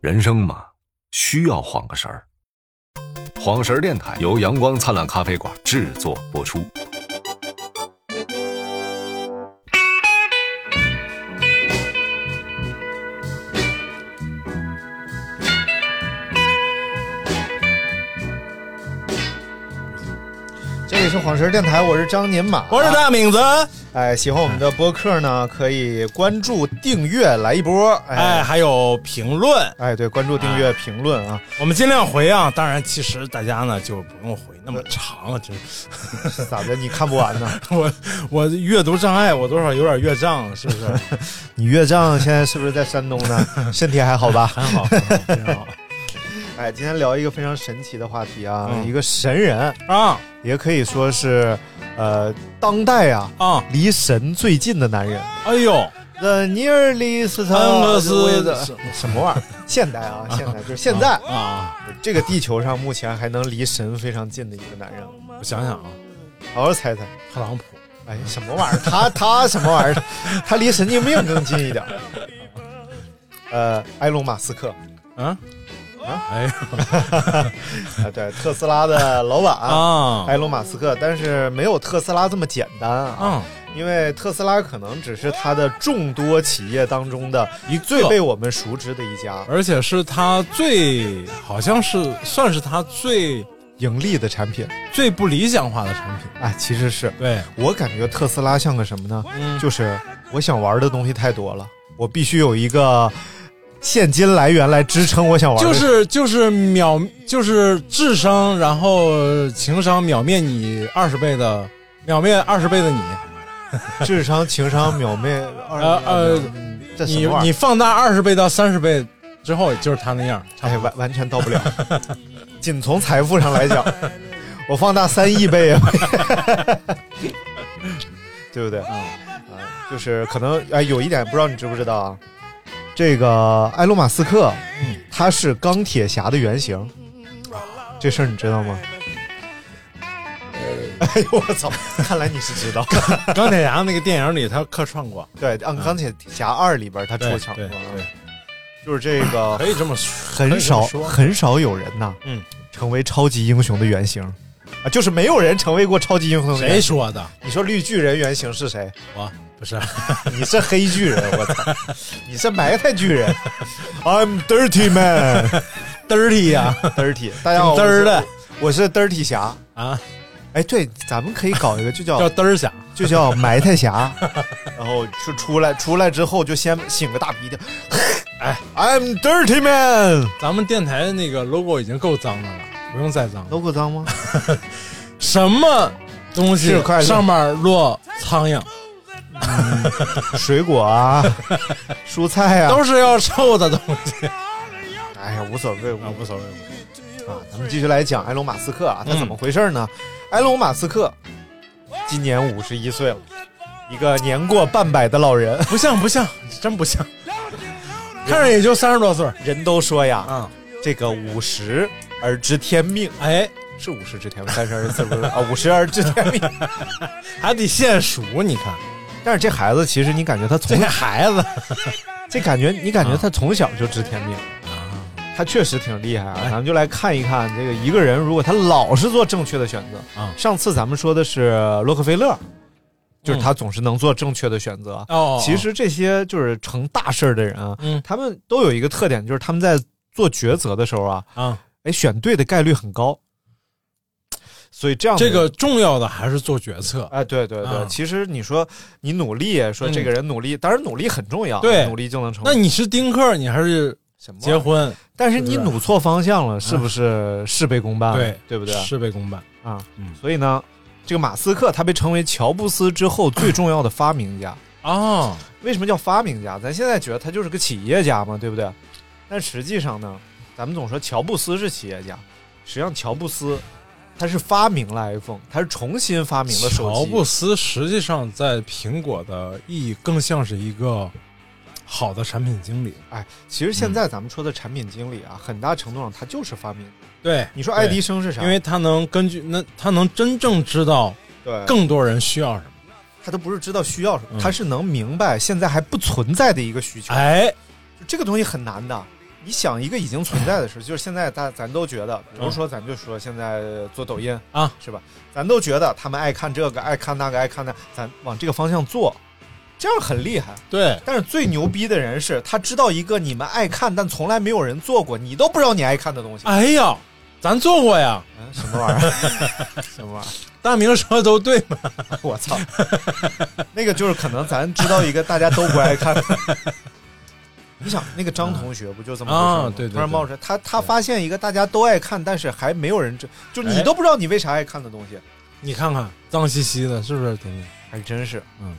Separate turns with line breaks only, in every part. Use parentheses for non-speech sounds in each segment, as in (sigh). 人生嘛，需要晃个神儿。晃神儿电台由阳光灿烂咖啡馆制作播出。
这里是晃神电台，我是张年马，
我是大敏子，
哎，喜欢我们的播客呢，可以关注、订阅来一波，
哎，
哎，
还有评论，
哎，对，关注、订阅、评论啊，
我们尽量回啊。当然，其实大家呢就不用回那么长了，真是哎
咋的？你看不完
(laughs)
呢？
我我阅读障碍，我多少有点阅障了，是 (laughs) 不是？
你岳丈现在是不是在山东
(laughs)
呢？身体还好吧？
很好，很好
哎，今天聊一个非常神奇的话题啊，
嗯
一个神人，
啊
也可以说是，呃，当代啊，
啊！
离神最近的男人
哎呦，
，the nearest
安格
with-
斯
什么玩意儿？现代啊，现代就是现在，
啊！
这个地球上目前还能离神非常近的一个男人，
我想想啊，
好好猜猜。
特朗普
哎，什么玩意儿？他 (laughs) 他什么玩意儿？他离神经病更近一点儿。呃，埃隆·马斯克
啊啊！哎呀
(laughs) 啊，对，特斯拉的老板、
啊
埃隆·马斯克，但是没有特斯拉这么简单啊，
啊！
因为特斯拉可能只是他的众多企业当中的
一
最
个
被我们熟知的一家，
而且是他最，好像是算是他最
盈利的产品
最不理想化的产品。
啊，其实是
对，
我感觉特斯拉像个什么呢？
嗯
就是我想玩的东西太多了，我必须有一个现金来源来支撑我想玩的。
就是就是秒就是智商，然后情商秒灭你二十倍的，秒灭二十倍的你，
智商、情商、秒灭二
呃呃，
这什
你
么玩意
你
儿？
放大二十倍到三十倍之后，就是他那样，差
哎，
不多。
完完全到不了。 (laughs) 仅从财富上来讲，我放大三亿倍， (laughs) 对不对？啊、就是可能哎，有一点不知道你知不知道啊？这个埃隆·马斯克，
嗯
他是钢铁侠的原型，这事儿你知道吗？
呃
哎呦我操！看来你是知
(laughs)
道。
钢铁侠那个电影里他客串过，
对，按《钢铁侠二》里边他出
对
场过
对
啊，
对，
就是这个
可以这么说，可以
很
这么
少
说
很少有人呐，
嗯，
成为超级英雄的原型啊，就是没有人成为过超级英雄的
谁
原型。
说的？
你说绿巨人原型是谁？
我不是，
你是黑巨人，我操！你是埋汰巨人，I'm dirty (laughs) man，dirty
嘚儿的呀
大家好，
挺嘚儿的
我是，我是 dirty 侠。
啊，
哎，对，咱们可以搞一个，就
叫
叫
嘚儿侠，
就叫埋汰侠， (laughs) 然后就出来出来之后就先擤个大鼻涕， (laughs) 哎，I'm dirty man，
咱们电台那个 logo 已经够脏的了，不用再脏了。
logo 脏吗？
什么东西
是快乐
上面落苍蝇？
(laughs) 水果啊，蔬菜啊，
都是要臭的东西。
哎呀，无所谓，无
无所谓，
啊，咱们继续来讲埃隆·马斯克啊，他怎么回事呢？埃隆·马斯克今年五十一岁了，一个年过半百的老人。 (laughs)
不像不像，真不像，看着也就三十多岁儿。
人都说呀，
啊，
这个五十而知天命，
哎，
是五十知天命，三十而知不是啊，五十而知天命。
还得现数，你看
但是这孩子其实你感觉他
这
从
个孩子，
(laughs) 这感觉你感觉他从小就知天命。他确实挺厉害啊，
哎
咱们就来看一看这个一个人，如果他老是做正确的选择
啊
上次咱们说的是洛克菲勒，就是他总是能做正确的选择。
嗯哦，
其实这些就是成大事儿的人啊，
嗯
他们都有一个特点，就是他们在做抉择的时候啊，
啊，
哎，选对的概率很高。所以这样的
这
人
个重要的还是做决策。
哎，对对对，
啊嗯
其实你说你努力，说这个人努力，当然努力很重要，
对
努力就能成功。
那你是丁克，你还是
什么玩意
结
儿？
婚？
但是你
是不是啊嗯
努错方向了，是不是事倍功半？
对
啊对不对
事倍功半。
啊
嗯？
所以呢，这个马斯克他被称为乔布斯之后最重要的发明家。
哦，
啊为什么叫发明家？咱现在觉得他就是个企业家嘛，对不对？但实际上呢，咱们总说乔布斯是企业家，实际上乔布斯他是发明了 iPhone，他是重新发明了手机。
乔布斯实际上在苹果的意义更像是一个好的产品经理。
哎，其实现
嗯
在咱们说的产品经理啊，很大程度上他就是发明。
对，
你说爱迪生是啥？
因为他能根据那他能真正知道
对
更多人需要什么。
他都不是知道需要什么，
嗯
他是能明白现在还不存在的一个需求。
哎，
就这个东西很难的。你想一个已经存在的事，就是现在大咱都觉得，比如说咱就说现在做抖音
嗯啊，
是吧？咱都觉得他们爱看这个，爱看那个，爱看那，咱往这个方向做，这样很厉害。
对
但是最牛逼的人是他知道一个你们爱看但从来没有人做过，你都不知道你爱看的东西，
哎呀，咱做过呀，
嗯什么玩意儿？
(laughs)
什么玩意儿？
大明说的都对嘛。 (laughs)
我操！那个就是可能咱知道一个大家都不爱看的。你想，那个张同学不就这么回事吗
啊对对对
突然冒出来，他他发现一个大家都爱看，但是还没有人知，就是你都不知道你为啥爱看的东西，
你看看，脏兮兮的，是不是？婷婷，
还真是。
嗯，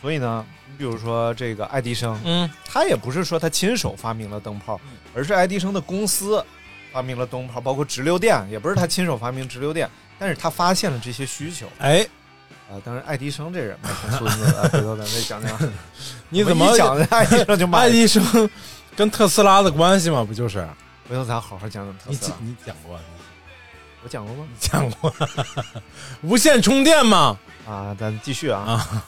所以呢，你比如说这个爱迪生，
嗯，
他也不是说他亲手发明了灯泡，而是爱迪生的公司发明了灯泡，包括直流电，也不是他亲手发明直流电，但是他发现了这些需求
哎，
啊。当然，爱迪生这人嘛，挺孙子
(laughs)
的，回头咱再讲讲。
你
我
怎么
一讲爱迪生就骂
爱
人？
迪生 (laughs) 跟特斯拉的关系嘛？不就是？
回头咱好好讲讲特
你
斯
讲
拉。
你讲过，你
我讲过吗？
讲过 (laughs) 无线充电嘛？
啊，咱继续啊。
啊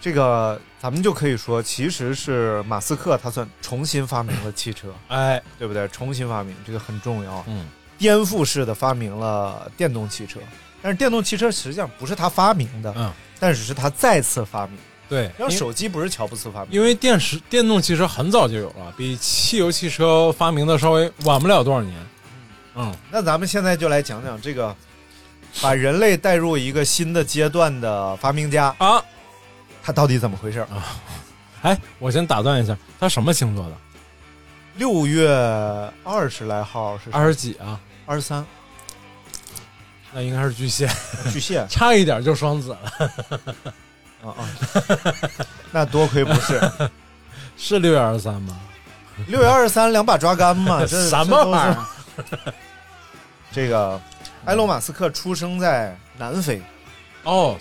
这个咱们就可以说，其实是马斯克他算重新发明了汽车，
哎，
对不对？重新发明这个很重要，
嗯，
颠覆式的发明了电动汽车。但是电动汽车实际上不是他发明的，
嗯，
但是是他再次发明。
对，
然后
因
手机不是乔布斯发明，
因为电池电动汽车很早就有了，比汽油汽车发明的稍微晚不了多少年。嗯，
那咱们现在就来讲讲这个，把人类带入一个新的阶段的发明家，
啊，
他到底怎么回事？
哎，我先打断一下，他什么星座的？
六月二十来号是
二十几啊？
二十三，
那应该是 (laughs) 巨蟹， (laughs)
巨蟹啊
差一点就双子了，
啊，那多亏不
(laughs)
是
是六月二十三吗？
六月二十三两把抓杆嘛，这
什么玩意？
这都是 (laughs) 这个埃隆·马斯克出生在南非，
哦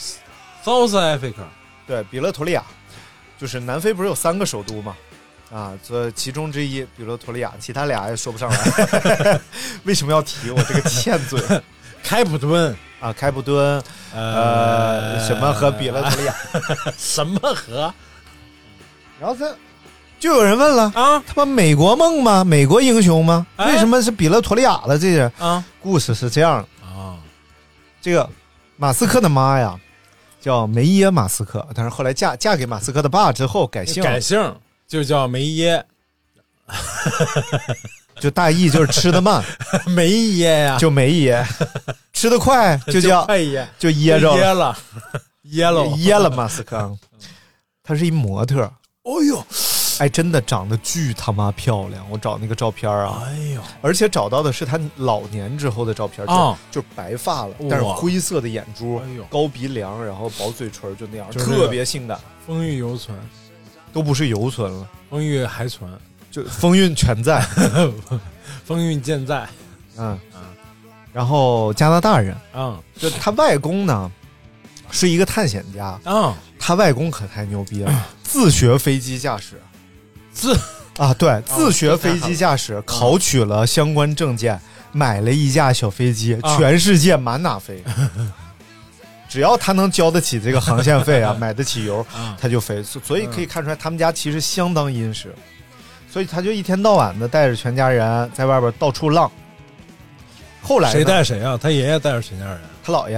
，South Africa，
对，比勒陀利亚，就是南非不是有三个首都嘛？啊，这其中之一比勒陀利亚，其他俩也说不上来。 (laughs) 为什么要提我这个欠嘴
开普敦，
啊？开普敦，呃，什么和比勒陀利亚？
什么河
(laughs) 然后他就有人问了，
啊
他妈美国梦吗？美国英雄吗？
哎
为什么是比勒陀利亚的？这人
啊
故事是这样的：
啊！
这个马斯克的妈呀，叫梅耶马斯克，但是后来嫁嫁给马斯克的爸之后改姓了，
改姓就叫梅耶，
就大意就是吃的慢
(laughs) 梅耶呀，
(laughs) 就梅耶，吃的快就叫
哎耶，
就噎着
噎 (laughs)
了，
了，噎了，
噎了马斯克。他是一模特，
哎呦，
哎，真的长得巨他妈漂亮！我找那个照片啊，
哎呦，
而且找到的是他老年之后的照片，就、
啊
就是白发了，但是
哇
灰色的眼珠、
哎呦
高鼻梁，然后薄嘴唇，就那样，
就是那个
特别性感，
风韵犹存，
都不是油唇了，
风韵还存，
就风韵全在。
风韵健在，
嗯，然后加拿大人，
啊
就他外公呢是一个探险家，
啊，
他外公可太牛逼 (clears throat) 了，自学飞机驾驶
自
啊，对，自学飞机驾驶，考取了相关证件，买了一架小飞机，
啊
全世界满哪 (laughs) 飞。只要他能交得起这个航线费 (laughs) 啊，嗯买得起油，
啊
他就飞。所所以可以看出来，他们家其实相当殷实，所以他就一天到晚的带着全家人在外边到处浪。后来呢
谁带谁啊？他爷爷带着全家人，
他姥爷，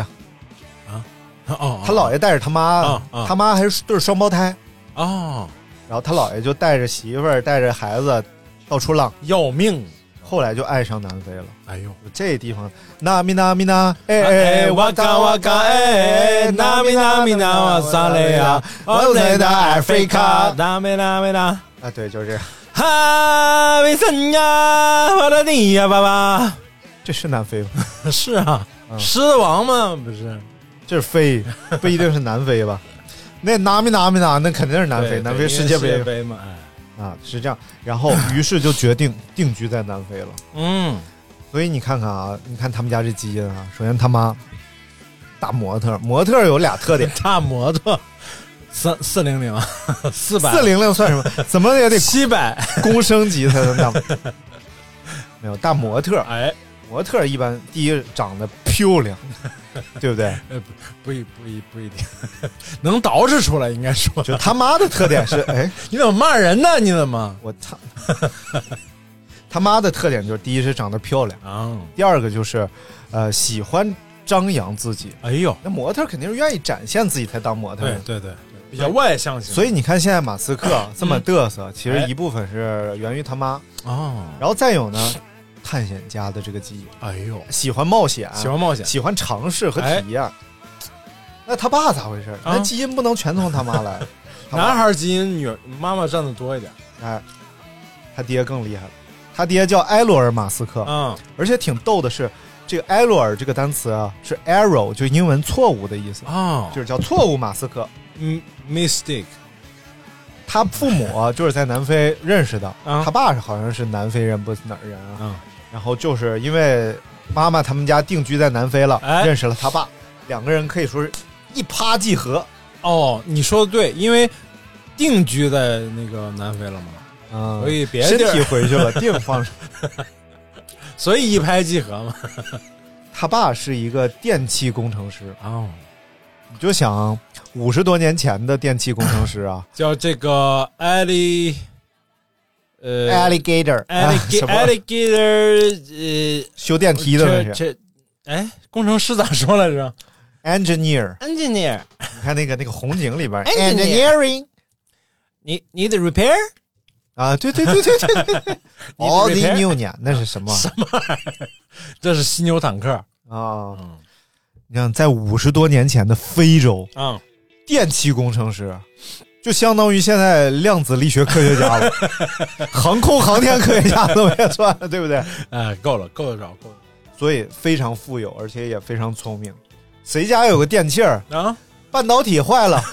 哦，
他姥爷带着他妈，
啊啊
他妈还是对双胞胎，
哦，
然后他姥爷就带着媳妇儿，带着孩子到处浪，
要命，
后来就爱上南非了。
哎呦。
这地方，那米那米那，哎
哎
哎，
哇
哇
嘎
嘎
哇
哇
嘎
嘎
哎
哎，
那
那
米
米
那
那
米
米
那
那
哇
哇
萨
萨
雷
雷
呀
呀，
我
我
在
在
的
的
阿
阿
非
非
卡
卡
那米那米那
啊，对，就是这样。
哈维森呀，我的你呀，爸爸，
这是南非吗？ (laughs)
是啊，
嗯
狮子王嘛，不是
这是非， (laughs) 不一定是南非吧？那那米那米那，那肯定是南
对
非，南
对
非
因为
世界
世界
杯。
杯嘛，哎，
啊，是这样。然后于是就决定定居在南非了。
嗯，，
所以你看看啊，你看他们家这基因啊，首先他妈大模特，模特有俩特点
大摩托三四零
(laughs)
零四百
四零零算
(laughs)
什么？怎么也得
七百，
公升级才能大。没有大模特，
哎，
模特一般第一长得漂亮，对不对？
不一不一不一定 (laughs) 能捯饬出来，应该说
就他妈的
(laughs)
特点是，哎，
你怎么骂人呢？你怎么
我操，他妈的特点就是第一是长得漂亮，
啊？
第二个就是，呃，喜欢张扬自己。
哎呦，
那模特肯定是愿意展现自己才当模特
对
的，
对对，比较外向型，
所以你看现在马斯克啊这么嘚瑟，其
嗯哎
实一部分是源于他妈，
哦，
然后再有呢，探险家的这个基因，
哎呦，
喜欢冒险，
喜欢冒险，
啊喜欢尝试和
哎啊
体验。那他爸咋回事？那基因不能全从他
(laughs)
妈来，他爸
男孩基因女妈妈占的多一点，
哎，他爹更厉害了，他爹叫埃罗尔·马斯克，
嗯，
而且挺逗的是，这个埃罗尔这个单词啊是 arrow，就英文错误的意思，
哦，
就是叫错误马斯克。
嗯，mistake，
他父母啊就是在南非认识的，
啊
他爸是好像是南非人，不是哪儿人啊。
嗯，
然后就是因为妈妈他们家定居在南非了，
哎
认识了他爸，两个人可以说是一拍即合。
哦，你说的对，因为定居在那个南非了嘛，
嗯
所以别的
身
地儿
体回去了，定方式。
所以一拍即合嘛。
(laughs) 他爸是一个电气工程师，
哦，
你就想五十多年前的电气工程师
(laughs)
啊
(laughs) 叫这个 Ally，呃
，alligator，哎什么
Alligator，呃，
修电梯的那是
这，这哎，工程师咋说来着
engineer。
？Engineer，
你看那个那个红警里边
Engineer
engineering
你你得 repair
啊，对对对对对对
(laughs)
对
Need
，all the
repair？
new 年那是什么
什么玩意儿？这是犀牛坦克。
啊？
嗯
你想在五十多年前的非洲，
嗯，
电气工程师就相当于现在量子力学科学
(laughs)
家了，航空航天科学家都也算了，对不对？
哎，够了，够得着，够得
所以非常富有，而且也非常聪明。谁家有个电器儿，
着啊！
半导体
(laughs)
坏了，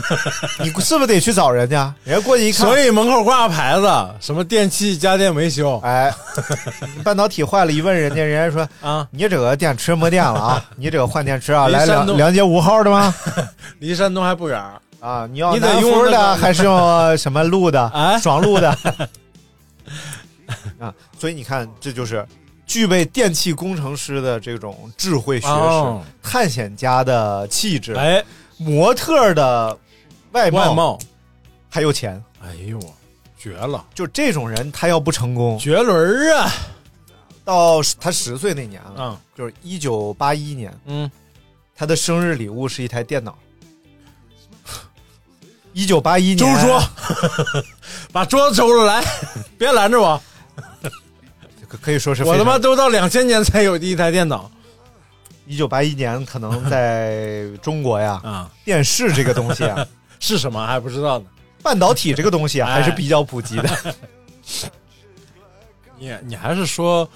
你是不是得去找人家？人家过去一看，
所以门口挂牌子，什么电器家电维修
哎，半导体坏了，一问人家，人家说
啊，
你这个电池没电
(laughs)
了啊，你这个换电池啊，
离
来
哎山
两
东
两节五号的
(laughs)
吗？
离山东还不远儿。
啊，你要
你得
南
用
孚
那个
的还
(laughs)
是用什么路的？
哎
爽
(laughs)
路的啊，所以你看，这就是具备电气工程师的这种智慧学识，
哦
探险家的气质，
哎，
模特的外貌，
外貌，
还有钱。
哎呦，绝了，
就这种人，他要不成功，
绝伦儿啊！
到他十岁那年啊，
嗯
就是一九八一年，
嗯，
他的生日礼物是一台电脑。 (laughs) 一九八一年，
周桌， (laughs) 把桌子周了来， (laughs) 别拦着我，
可可以说是
我他妈
非常
都到两千年才有第一台电脑
一九八一年可能在中国呀，
啊！
电视这个东西啊，
是什么还不知道呢？
半导体这个东西啊，
哎
还是比较普及的。
你你还是说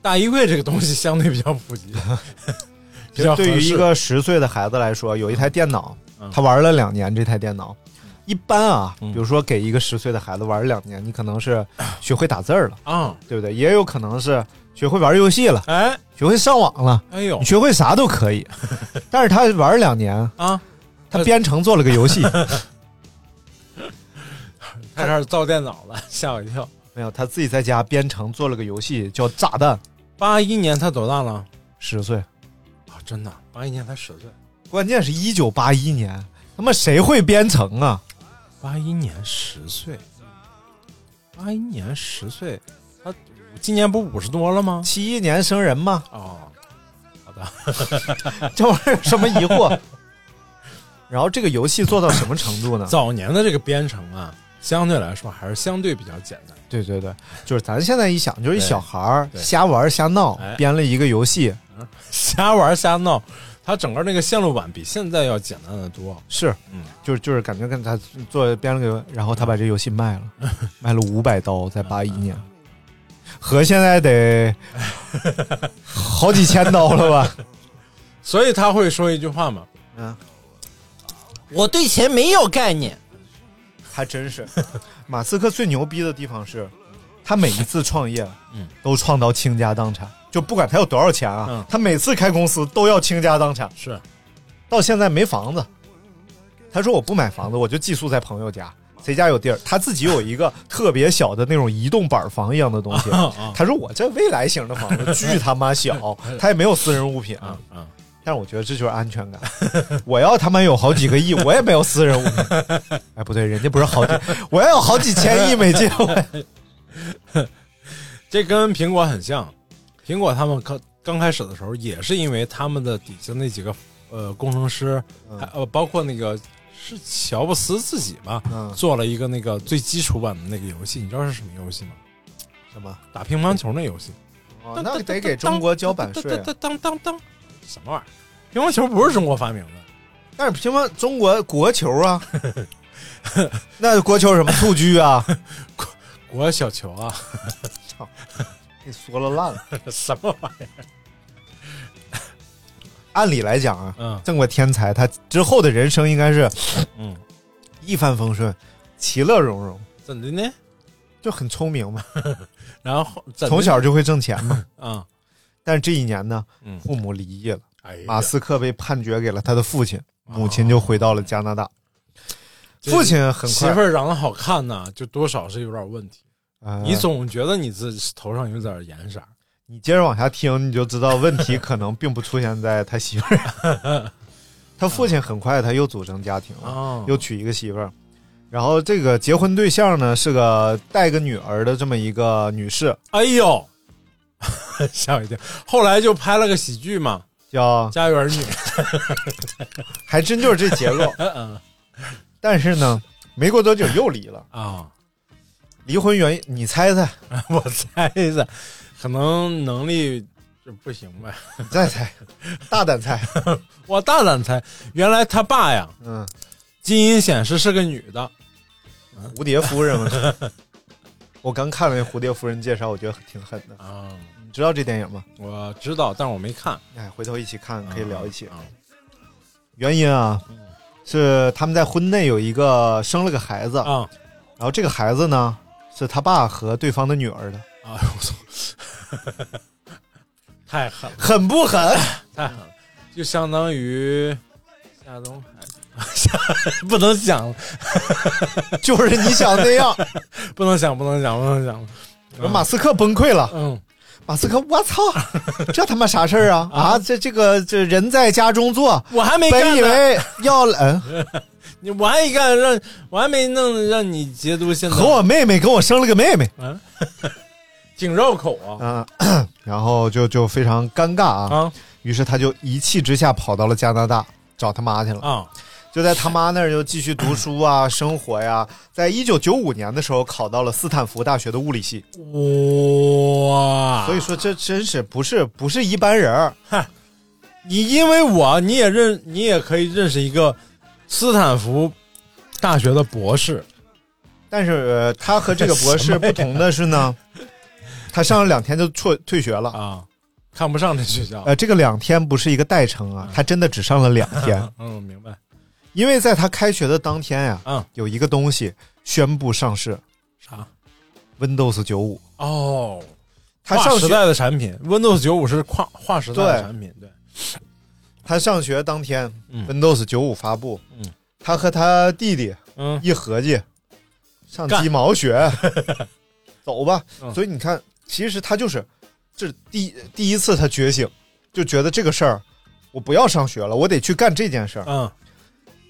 大衣柜这个东西相对比较普 (laughs) 及， (laughs) 比较合
对于一
适
个十岁的孩子来说，有一台电脑
嗯，
他玩了两年这台电脑。一般啊，
嗯
比如说给一个十岁的孩子玩两年，你可能是学会打字儿了，
啊，
对不对？也有可能是学会玩游戏了，
哎
学会上网了，
哎呦
你学会啥都可 (laughs) 以。但是他玩两年，
啊，
他编程做了个游戏，
他开始造电脑了， (laughs) 吓我一跳。
(laughs) 没有，他自己在家编程做了个游戏叫《炸弹》，
八一年他多大了？
十岁。
啊，真的，八一年才十岁，
关键是一九八一年，他妈谁会编程啊？
八一年十岁，八一年十岁，他今年不五十多了吗？
七一年生人吗？
哦，好的，
这玩意儿有什么疑惑？ (laughs) 然后这个游戏做到什么程 (coughs) 度呢？
哦早年的这个编程啊，相对来说还是相对比较简单。
对对对，就是咱现在一想，就是一
对
小孩儿
对
瞎玩儿瞎闹
哎，
编了一个游戏，
瞎玩瞎闹，它整个那个线路版比现在要简单的多。
是
嗯，
就是就是感觉跟他做编了个，然后他把这游戏卖了，卖了五百刀，在八一年，和现在得好几千刀了吧？
所以他会说一句话嘛，
嗯，
我对钱没有概念。
还真是。马斯克最牛逼的地方是，他每一次创业，
嗯
都创到倾家荡产，就不管他有多少钱啊，
嗯
他每次开公司都要倾家荡产，
是
到现在没房子。他说我不买房子，我就寄宿在朋友家，谁家有地儿，他自己有一个特别小的那种移动板房一样的东西。
啊
他说我这未来型的
(laughs)
房子巨他妈小，他也没有私人物品啊。
啊啊！
但是我觉得这就是安全感。我要他妈有好几
(laughs)
个亿，我也没有私人物品。哎，不对，人家不是好几，我要有好几千亿
(laughs)
美金，我
这跟苹果很像，苹果他们刚刚开始的时候，也是因为他们的底下那几个呃工程师，
嗯
还呃包括那个是乔布斯自己吧，
嗯
做了一个那个最基础版的那个游戏，你知道是什么游戏吗？
什么？
打乒乓球那游戏，
哦，那得给中国交版税啊。
当当当当，什么玩意儿？乒乓球不是中国发明的，
但是乒乓中国国球
(laughs)
啊，那国球什么蹴鞠啊，
国小球啊， (laughs)
给缩了烂了。
什么玩意儿？
按理来讲啊，
嗯
这么个天才，他之后的人生应该是
嗯，
一帆风顺，其乐融融，
怎的呢？
就很聪明嘛，
然后怎的
从小就会挣钱嘛。
啊，
但是这一年呢
嗯，
父母离异了。
哎呀
马斯克被判决给了他的父亲，母亲就回到了加拿大。
哦这
父亲很
媳
快
妇，儿长得好看呐，就多少是有点问题。
呃
你总觉得你自己头上有点颜色，
你接着往下听，你就知道问题可能并不出现在他媳妇儿。
(laughs)
他父亲很快他又组成家庭了，
哦
又娶一个媳妇儿。然后这个结婚对象呢是个带个女儿的这么一个女士，
哎呦， (laughs) 吓我一跳。后来就拍了个喜剧嘛，
叫
《家有儿女》
还真就是这结
(laughs)
构。
嗯
但是呢，没过多久又离了，
啊，
离婚原因你猜猜，
(laughs) 我猜猜，可能能力就不行呗。
你再猜，大胆猜，
我大胆猜，原来他爸呀，
嗯，
基因显示是个女的，
蝴蝶夫人嘛。
(laughs)
我刚看了那蝴蝶夫人介绍，我觉得挺狠的。
啊，
你知道这电影吗？
我知道，但我没看，
哎，回头一起看，可以聊一起。
啊嗯
原因啊，是他们在婚内有一个生了个孩子，
啊
然后这个孩子呢是他爸和对方的女儿的，
啊！我操， (laughs) 太狠了，
狠不狠？
太狠了，就相当于夏东海， (laughs) 不能想，
就是你想那
(laughs)
样。
不能想，不能想，不能想，
然后马斯克崩溃了，
嗯，
马斯克，我
(laughs)
操，这他妈啥事儿啊？啊，这这个这人在家中坐，
我还没
本
干
以
呢，
为要
(laughs)
嗯
你我还一干让，我还没弄让你捷足先
和
登，
我妹妹给我生了个妹妹，
挺绕口啊
嗯， (coughs) 然后就就非常尴尬啊。
啊
于是他就一气之下跑到了加拿大找他妈去了，
啊！
就在他妈那儿就继续读书
(coughs)
啊、生活呀、在一九九五年的时候，考到了斯坦福大学的物理系。
哇，
所以说，这真是不是不是一般人儿。
你因为我，你也认，你也可以认识一个斯坦福大学的博士
但是、呃他和这个博
什
士
么呀
不同的
(laughs)
是呢，他上了两天就辍退学了。
啊，看不上这学校。
呃，这个两天不是一个代称啊，他真的只上了两天，
嗯，明白。
因为在他开学的当天呀、
嗯
有一个东西宣布上市
啥？
，Windows 九五。
哦，
他
划
上
时
学
代的产品，Windows 九五是跨划时代的
对
产品，对，
他上学当天、
嗯
w i n d o w s 九五发布，
嗯
他和他弟弟
嗯，
一合计，上
干
鸡毛
(laughs)
学，走吧。
嗯
所以你看，其实他就是这是第第一次他觉醒，就觉得这个事儿我不要上学了，我得去干这件事儿。
嗯，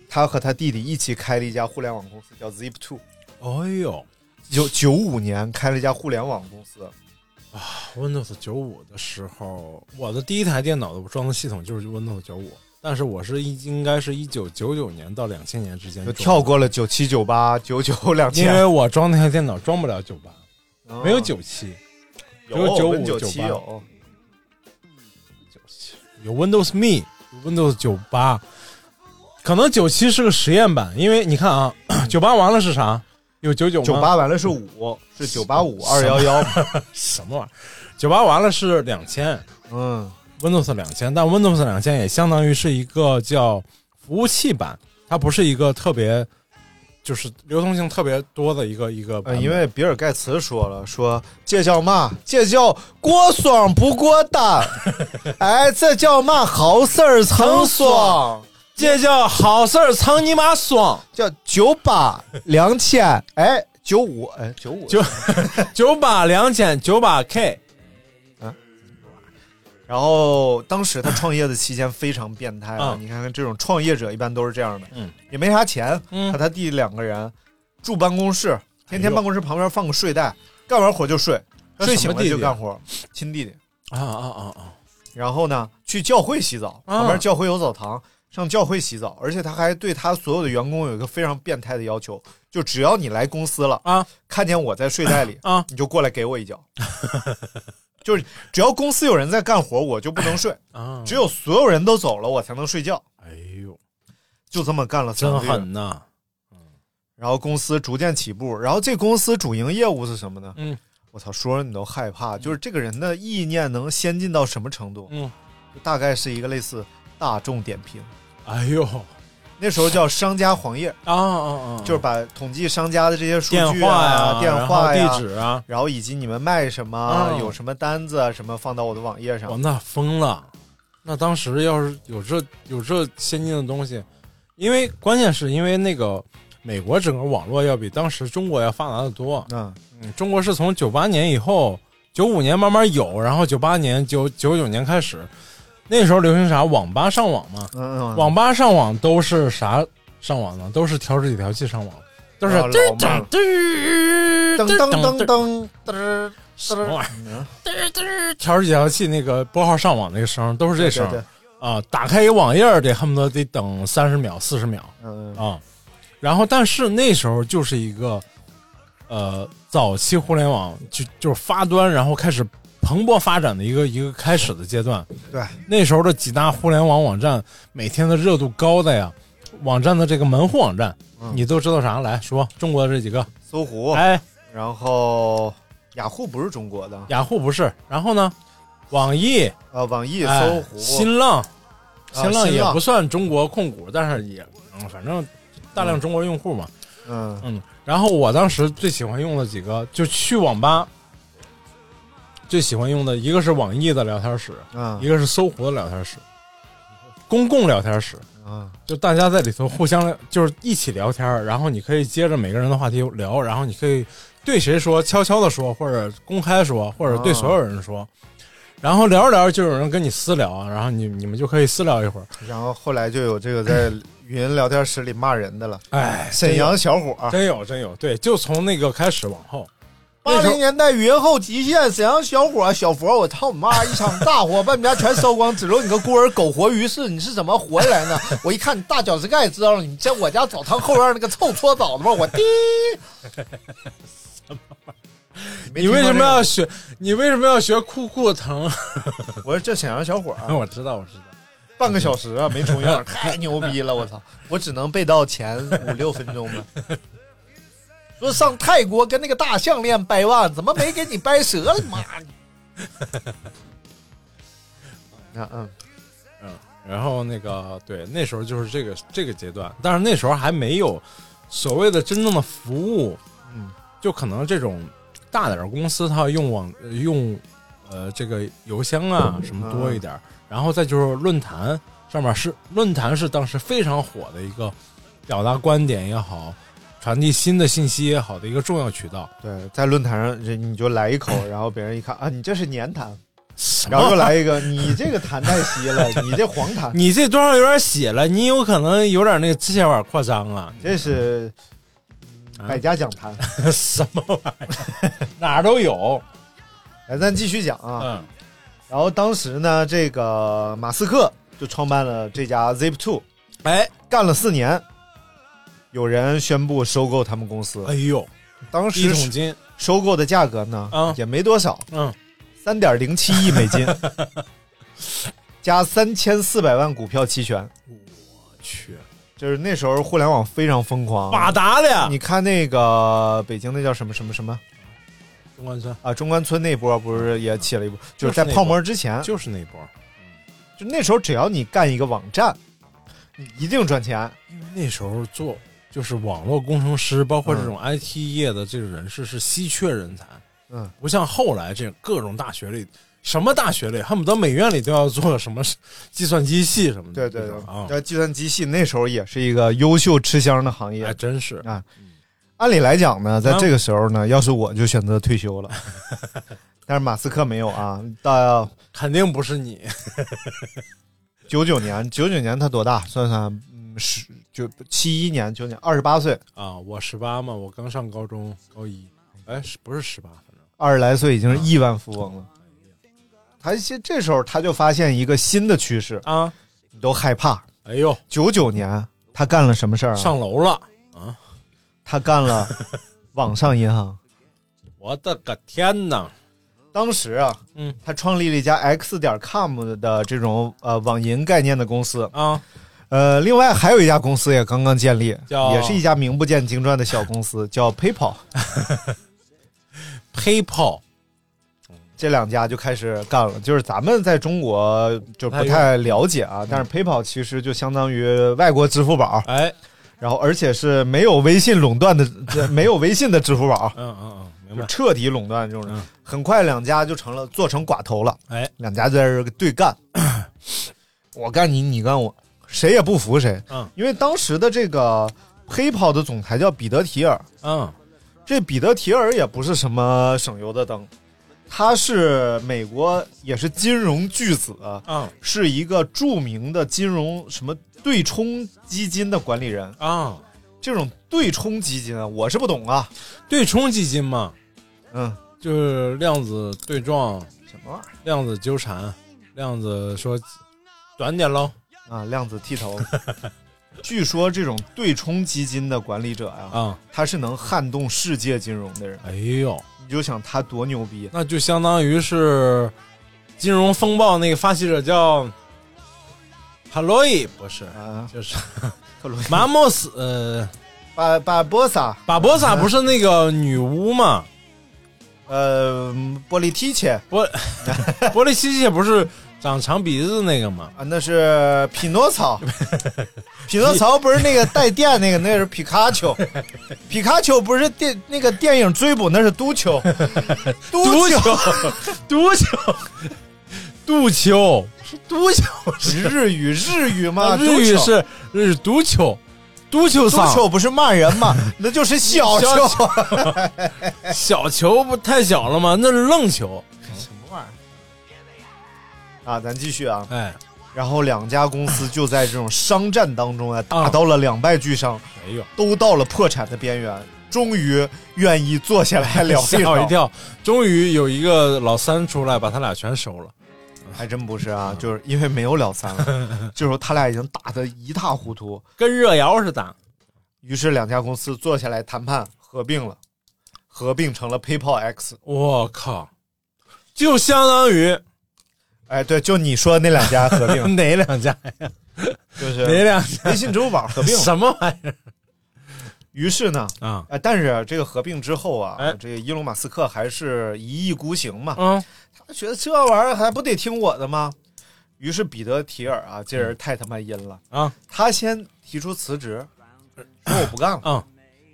他和他弟弟一起开了一家互联网公司，叫 Zip Two。
哎呦
九九五年开了一家互联网公司，
，Windows 九五的时候，我的第一台电脑的装的系统就是 Windows 九五，但是我是一应该是一九九九年到两千年之间装的
就跳，过了九七、九八、九九、两
因为
千，
我装那台电脑装不了九八，没有
嗯
九七，
有
只有95
Win 九七
98
有。
有 Windows Me、Windows 九八，可能九七是个实验版，因为你看啊，九八完了是啥？有九九吗？
九八完了是五，是九八五二幺幺。
什么玩意儿？九八完了是两千
嗯，
Windows 两千，但 Windows 两千也相当于是一个叫服务器版，它不是一个特别就是流通性特别多的一个一个版本。
呃，因为比尔盖茨说了，说这叫嘛？这叫过爽不过胆，哎，这叫嘛？好事儿成双，
这叫好事儿藏你妈爽，
叫九八两千，哎，九五，哎，九五，
九九把两千九把 K，
然后当时他创业的期间非常变态啊！
嗯
你看看这种创业者一般都是这样的，
嗯，
也没啥钱，
嗯
和他弟两个人住办公室，
哎
天天
呦
办公室旁边放个睡袋，干完活就睡，
那
睡
什
醒
么
了
弟
就
弟
干活，亲弟弟。
啊啊啊啊！
然后呢，去教会洗澡，
啊
旁边教会有澡堂，上教会洗澡，而且他还对他所有的员工有一个非常变态的要求，就只要你来公司了
啊，
看见我在睡袋里
啊
你就过来给我一脚， (laughs) 就是只要公司有人在干活，我就不
(laughs)
能睡，
啊，
只有所有人都走了，我才能睡觉，
哎呦，
就这么干了三
真
个月，
狠呐！
然后公司逐渐起步，然后这公司主营业务是什么呢？
嗯
我操，说了你都害怕，就是这个人的意念能先进到什么程度？
嗯，
就大概是一个类似大众点评。
哎呦
那时候叫商家黄页，
啊啊啊！
就是把统计商家的这些数
电
据
话
啊、电
然后
话呀、
地址啊，
然后以及你们卖什么、
嗯
有什么单子啊什么，放到我的网页
我
上。
哦那疯了。那当时要是有这有这先进的东西，因为关键是因为那个美国整个网络要比当时中国要发达的多。
嗯，
嗯，中国是从九八年以后，九五年慢慢有，然后九八年、九九九年开始，那时候流行啥？网吧上网嘛。
嗯嗯，
网吧上网都是啥上网呢？都是调制解调器上网，都是
啊老
噔
慢
噔
了
噔噔噔
噔噔噔
噔
噔噔
什么玩意
嗯
儿？噔噔调制解调器那个拨号上网那个声，都是这
对
声
对对
啊！打开一个网页儿得恨不得得等三十秒、四十秒
嗯，嗯
啊。然后，但是那时候就是一个呃，早期互联网就就是发端，然后开始蓬勃发展的一个一个开始的阶段。
对，
那时候的几大互联网网站每天的热度高的呀，网站的这个门户网站，
嗯
你都知道啥？来说中国的这几个，
搜狐，
哎，
然后雅虎不是中国的，
雅虎不是，然后呢，网易、
呃，网易、
哎
搜狐、啊
新浪，新浪
新
也
浪
不算中国控股，但是也、嗯反正大量中国用户嘛，
嗯
嗯。然后我当时最喜欢用的几个，就去网吧最喜欢用的一个是网易的聊天室，
嗯
一个是搜狐的聊天室，公共聊天室。
嗯
就大家在里头互相就是一起聊天儿，然后你可以接着每个人的话题聊，然后你可以对谁说，悄悄的说，或者公开说，或者对所有人说。然后聊着聊着就有人跟你私聊，啊然后你你们就可以私聊一会儿。
然后后来就有这个在语音聊天室里骂人
(laughs)
的了，
哎，
沈阳小伙儿。
真有真有，对，就从那个开始往后，
八
那时
零
候
年代语音后极限，沈阳小伙小佛，我操你妈！一场大火把你们家全烧光，只留你个孤儿苟活于世，你是怎么活下来呢？ (laughs) 我一看你大脚趾盖，知道了，你在我家澡堂后院那个臭搓澡的吧？我
(laughs)
滴！
你为什么要学？ (laughs) 你为什么要学酷酷疼？
要？我说这沈阳小啊伙、
(laughs) 我知道，我知道。
半个小时啊，没重 (laughs) 样，太牛逼了！我操，我只能背到前五六分钟了。说上泰国跟那个大项链掰腕，怎么没给你掰折了？妈！ (laughs) 啊嗯，
嗯，然后那个对，那时候就是这个这个阶段，但是那时候还没有所谓的真正的服务，
嗯，
就可能这种大点儿公司，它要用网呃用呃这个邮箱啊什么多一点儿，然后再就是论坛上面是论坛是当时非常火的一个表达观点也好，传递新的信息也好的一个重要渠道，
对，在论坛上这你就来一口，然后别人一看啊，你这是粘痰，然后又来一个，你这个痰太稀了， (laughs) 你这黄痰，
(laughs) 你这多少有点血了，你有可能有点那个支气管扩张啊， (laughs)
这是百家讲坛。
什么玩意儿， (laughs) 哪儿都有。
来，咱继续讲啊。
嗯
然后当时呢，这个马斯克就创办了这家 Zip2，
哎，
干了四年，有人宣布收购他们公司，
哎呦，
当
一
时
桶金，
收购的价格呢、
啊
也没多少，
嗯，
三点零七亿美
(laughs)
金，加三千四百万股票期权，
去，
就是那时候互联网非常疯狂。
马达的呀，
你看那个北京那叫什么什么什么
中关村
啊，中关村那波不是也起了一波，就是
就
在
是那波
泡沫之前，
就是那波，
就那时候只要你干一个网站，你一定赚钱。
那时候做就是网络工程师，包括这种 IT 业的这个人士是稀缺人才，
嗯，
不像后来这各种大学里，什么大学里恨不得美院里都要做什么计算机系什么
对
的，
对
这
对
种啊，，
那计算机系那时候也是一个优秀吃香的行
还
业。
真是
啊按理来讲呢，在
啊
这个时候呢，要是我就选择退休了， (laughs) 但是马斯克没有啊。到
肯定不是你，
九九年，九九年他多大？算算，嗯，十就七一年，九年二十八岁，
啊，我十八嘛，我刚上高中高一，哎，是不是十八？反正
二十来岁已经是亿万富翁了。他这这时候他就发现一个新的趋势，
啊，
你都害怕。
哎呦，
九九年他干了什么事儿啊？
上楼了，
他干了
(laughs)
网上银行。
我的个天呐！
当时啊，
嗯，
他创立了一家 X 点 com 的这种呃网银概念的公司，
啊，
呃，另外还有一家公司也刚刚建立，
叫
也是一家名不见经传的小公司，叫 PayPal。
PayPal
这两家就开始干了，就是咱们在中国就不太了解啊，但是 PayPal 其实就相当于外国支付宝，
哎，
然后而且是没有微信垄断的，这没有微信的支付宝，
嗯嗯嗯，明
就
白。
彻底垄断这种人。很快两家就成了做成寡头了，
嗯哎，
两家在这儿
(coughs)
对干，我干你，你干我，谁也不服谁。
嗯，
因为当时的这个 PayPal 的总裁叫彼得提尔，
嗯，
这彼得提尔也不是什么省油的灯，他是美国也是金融巨子，
嗯，
是一个著名的金融什么对冲基金的管理人。
啊，
这种对冲基金啊，我是不懂啊。
对冲基金嘛，
嗯，
就是量子对撞、
什么玩意
量子纠缠、量子说短点喽
儿啊？量子剃头。 (laughs) 据说这种对冲基金的管理者呀、
啊，
他是能撼动世界金融的人。
哎呦，
你就想他多牛逼，
那就相当于是金融风暴那个发起者叫卡洛伊，不是，
啊，
就是
特鲁
马莫斯，呃，
巴巴波萨，
巴博萨不是那个女巫嘛？
呃，波利提切
波 (laughs) 波利西切不是长长鼻子那个吗？
啊，那是匹
(laughs)
诺曹，匹诺曹不是那个带电那个，那是皮卡
(laughs)
丘，皮卡丘不是电那个电影追捕，那是
(laughs)
嘟丘，
毒
嘟
球， (laughs) 毒球，杜秋，
嘟丘，日语日语嘛，
啊日语
嘟丘
是日毒球，毒球
嘟
上
丘不是骂人嘛，那就是小
小
丘，
小球不太小了吗？那是愣球，
啊，咱继续啊，
哎，
然后两家公司就在这种商战当中啊，打到了两败俱伤，
哎呦，
都到了破产的边缘，终于愿意坐下来聊
(laughs) 吓我一，跳！终于有一个老三出来，把他俩全收了。
还真不是啊，就是因为没有了三了，这时候他俩已经打得一塌糊涂，
跟热窑似的。
于是两家公司坐下来谈判合并了，合并成了 PayPal X。
我靠，就相当于
哎，对，就你说那两家合
(laughs)
并，
哪两家呀？
就是
哪两家？
微信、支付宝合并了。
什么玩意
于是呢，
儿啊？
哎，但是这个合并之后啊，
哎
这个伊隆马斯克还是一意孤行嘛，
嗯，
觉得这玩意儿还不得听我的吗？于是彼得提尔啊，这人太他妈阴了
嗯啊！
他先提出辞职，说我不干了，
嗯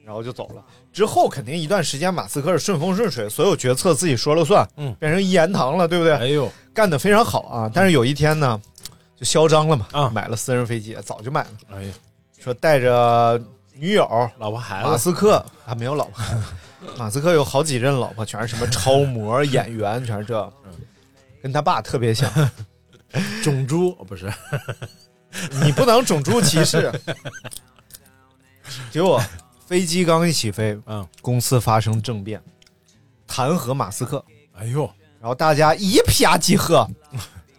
然后就走了。之后肯定一段时间，马斯克是顺风顺水，所有决策自己说了算，
嗯
变成一言堂了，对不对？
哎呦，
干得非常好啊！但是有一天呢，就嚣张了嘛，
嗯啊
买了私人飞机，早就买了，
哎呦，
说带着女友
老婆孩
马
子
斯克啊，没有老
(laughs)
婆，马斯克有好几任老婆，全是什么超模、演员，全是这，
嗯
跟他爸特别像。
种猪哦不是？
你不能种族
(laughs)
歧视。结果飞机刚一起飞，
嗯，
公司发生政变，弹劾马斯克，
哎呦，
然后大家一拍即合，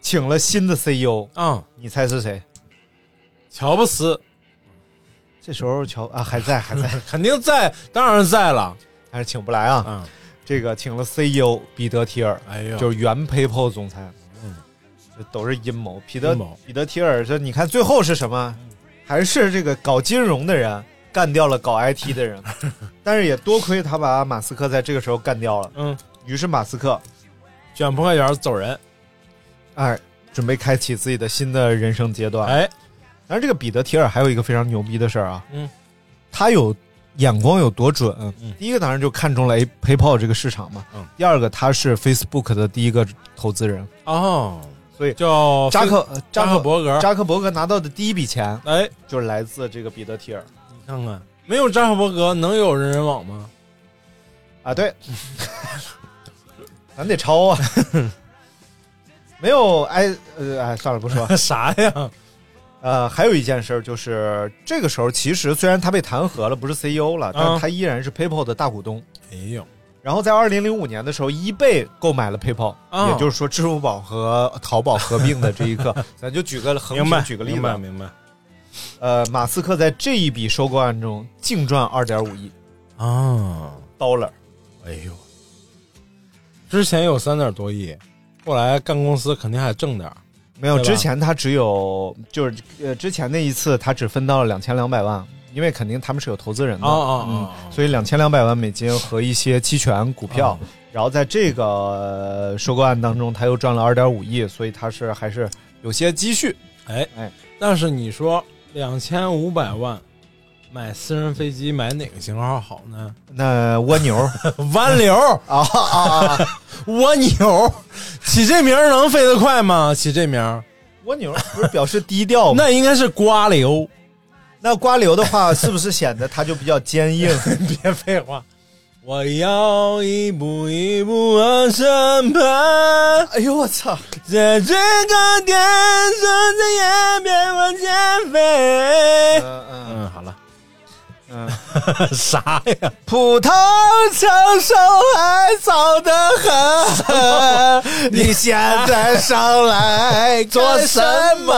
请了新的 CEO。
嗯，
你猜是谁？
乔布斯
这时候乔啊还在还在，
肯定在，当然在了。
但是请不来啊。
嗯，
这个请了 CEO 彼得提尔，
哎呦，
就是原 PayPal 总裁。这都是阴谋。彼
嗯
得
阴谋嗯
彼得提尔这你看最后是什么？还是这个搞金融的人干掉了
(laughs)
搞 IT 的人，但是也多亏他把马斯克在这个时候干掉了。
嗯，
于是马斯克
卷铺盖卷走人。
哎，准备开启自己的新的人生阶段。
哎，
但是这个彼得提尔还有一个非常牛逼的事儿啊，
嗯，
他有眼光有多准？第一个当然就看中了 A- PayPal 这个市场嘛。
嗯
第二个，他是 Facebook 的第一个投资人，
哦，
所以
叫
扎克
哦扎克
克
伯格，
扎克伯格拿到的第一笔钱
哎，
就是来自这个彼得提尔
你看看，没有扎克伯格能有人人网 (laughs) 吗？
啊，对， (laughs) 咱得抄啊。 (laughs) 没有，哎，呃，哎，算了，不
(laughs)
说。
啥呀？
呃，还有一件事儿就是，这个时候其实虽然他被弹劾了，不是 CEO 了，但
啊
是他依然是 PayPal 的大股东。
没有，
然后在二零零五年的时候，一贝购买了 PayPal，、
啊
也就是说，支付宝和呃淘宝合并的这
(laughs)
一刻，咱就举个横
明白
屏，举个例
明白
子，啊
明白
呃，马斯克在这一笔收购案中净赚二点五亿
啊！
dollar，
哎呦，之前有三点多亿，后来干公司肯定还挣点儿
没有
对吧
之前他只有就是呃之前那一次他只分到了两千两百万，因为肯定他们是有投资人的，
啊啊啊
嗯
啊！
所以两千两百万美金和一些期权股票，
啊
然后在这个呃收购案当中，他又赚了二点五亿，所以他是还是有些积蓄。
哎
哎，
但是你说两千五百万买私人飞机，买哪个型号好呢？ (laughs)
那蜗牛
湾流
(laughs) 啊啊啊！
(laughs) 蜗牛，起这名儿能飞得快吗？起这名儿，
蜗牛不是表示低调吗？
那应该是瓜流。
那瓜流的话， (laughs) 是不是显得它就比较坚 (laughs) 硬？
别废话，我要一步一步往上爬，
哎呦我操！
在最高点上的也别往前飞。
嗯嗯
嗯，好了，
嗯，
(laughs) 啥呀？
葡萄成熟还早得很， (laughs) 你现在上来
做
做
什
什
么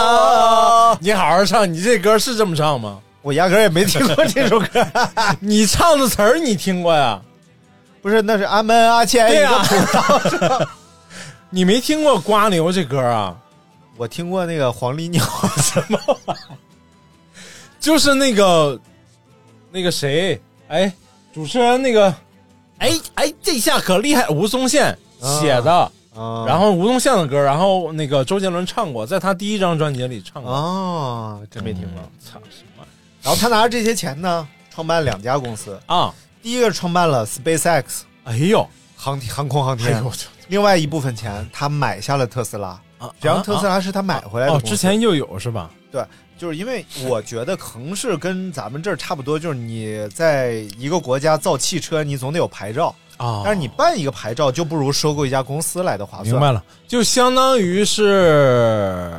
么？？
你好好唱，你这歌是这么唱吗？
我压根儿也没听过这首歌，
(laughs) 你唱的词儿你听过呀？
不是，那是阿门阿谦一
对
个
呀
葡萄是吧
你没听过《瓜牛》这歌啊？
我听过那个黄
(laughs)
鹂鸟，
就是那个那个谁，哎，主持人那个，哎哎，这下可厉害，吴宗宪
啊
写的，然
然
后吴宗宪的歌，然后那个周杰伦唱过，在他第一张专辑里唱过，
哦，真没听过。
嗯操什么
然后他拿着这些钱呢，创办两家公司，
啊？
第一个创办了 SpaceX
哎呦，
航天航空航
哎
天，
呦我去
另外一部分钱他买下了特斯拉。
啊！
然后特斯
啊
拉是他买回来
啊
的
哦，
公
之
司、
前又有是吧？
对，就是因为我觉得可能是跟咱们这儿差不多，就是你在一个国家造汽车，你总得有牌照，
啊，
但是你办一个牌照就不如收购一家公司来的划算。
明啊白了，就相当于是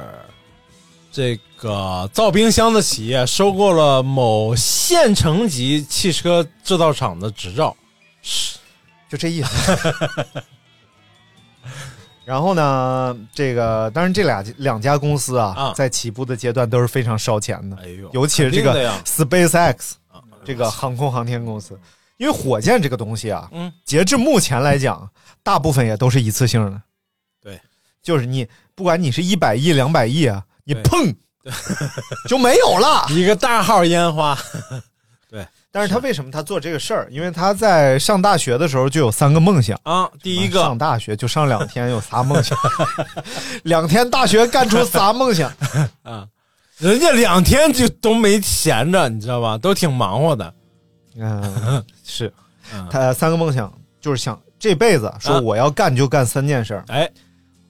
这个造冰箱的企业收购了某县城级汽车制造厂的执照。
就这意思。 (laughs) 然后呢，这个当然这俩两家公司啊，
啊
在起步的阶段都是非常烧钱的，
哎呦
尤其是这
肯定的
个
呀啊
SpaceX 这个航空航天公司，因为火箭这个东西啊，
嗯，
截至目前来讲，大部分也都是一次性的。
对，
就是你不管你是一百亿、两百亿啊，你
对
砰就没有了。
一个大号烟花，
但是他为什么他做这个事儿？因为他在上大学的时候就有三个梦想。
啊，第一
上
个
大学就上两天，有啥梦想？ (laughs) 两天大学干出啥
(laughs)
梦想？
人家两天就都没闲着，你知道吧？都挺忙活的。
嗯，是
嗯
他三个梦想就是想这辈子说
啊
我要干就干三件事儿：
哎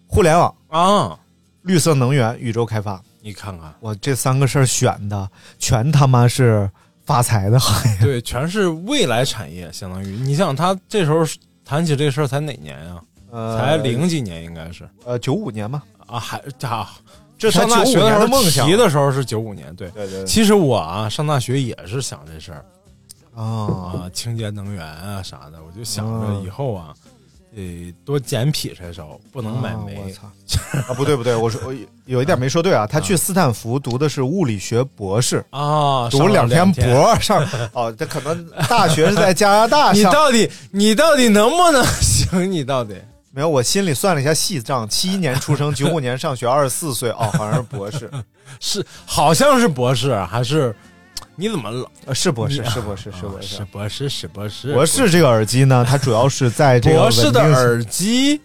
互联网、
啊，
绿色能源、宇宙开发。
你看看，
我这三个事儿选的全他妈是发财的行业。
对，全是未来产业，相当于你想他这时候谈起这事儿才哪年呀、(laughs)
呃
才零几年应该是
呃九五年嘛，
啊，还啊，
这才
上大
95
学的时
年
候
的梦想
提的时候是九五年，对。
对对
其实我啊，上大学也是想这事儿
啊，
啊，清洁能源啊啥的，我就想着
嗯
以后啊，得多捡劈柴烧，不能买
啊我
煤。
操！啊，不对不对，我说我有一点没说对啊，他去斯坦福读的是物理学博士。
啊，
读
上了
两
天
博上
(laughs)
哦，这可能大学是在加拿大
你
上。
到底你到底能不能 (laughs) 行？你到底
没有，我心里算了一下细账，七一年出生，九五年上学，二十四岁哦，好像是博士，
是好像是博士啊还是？你怎么老
呃是博士，
你
是博士，是
啊
博
是
士。
博士是博士
博士这个耳机呢，它主要是在这个
博士的
稳定
耳机，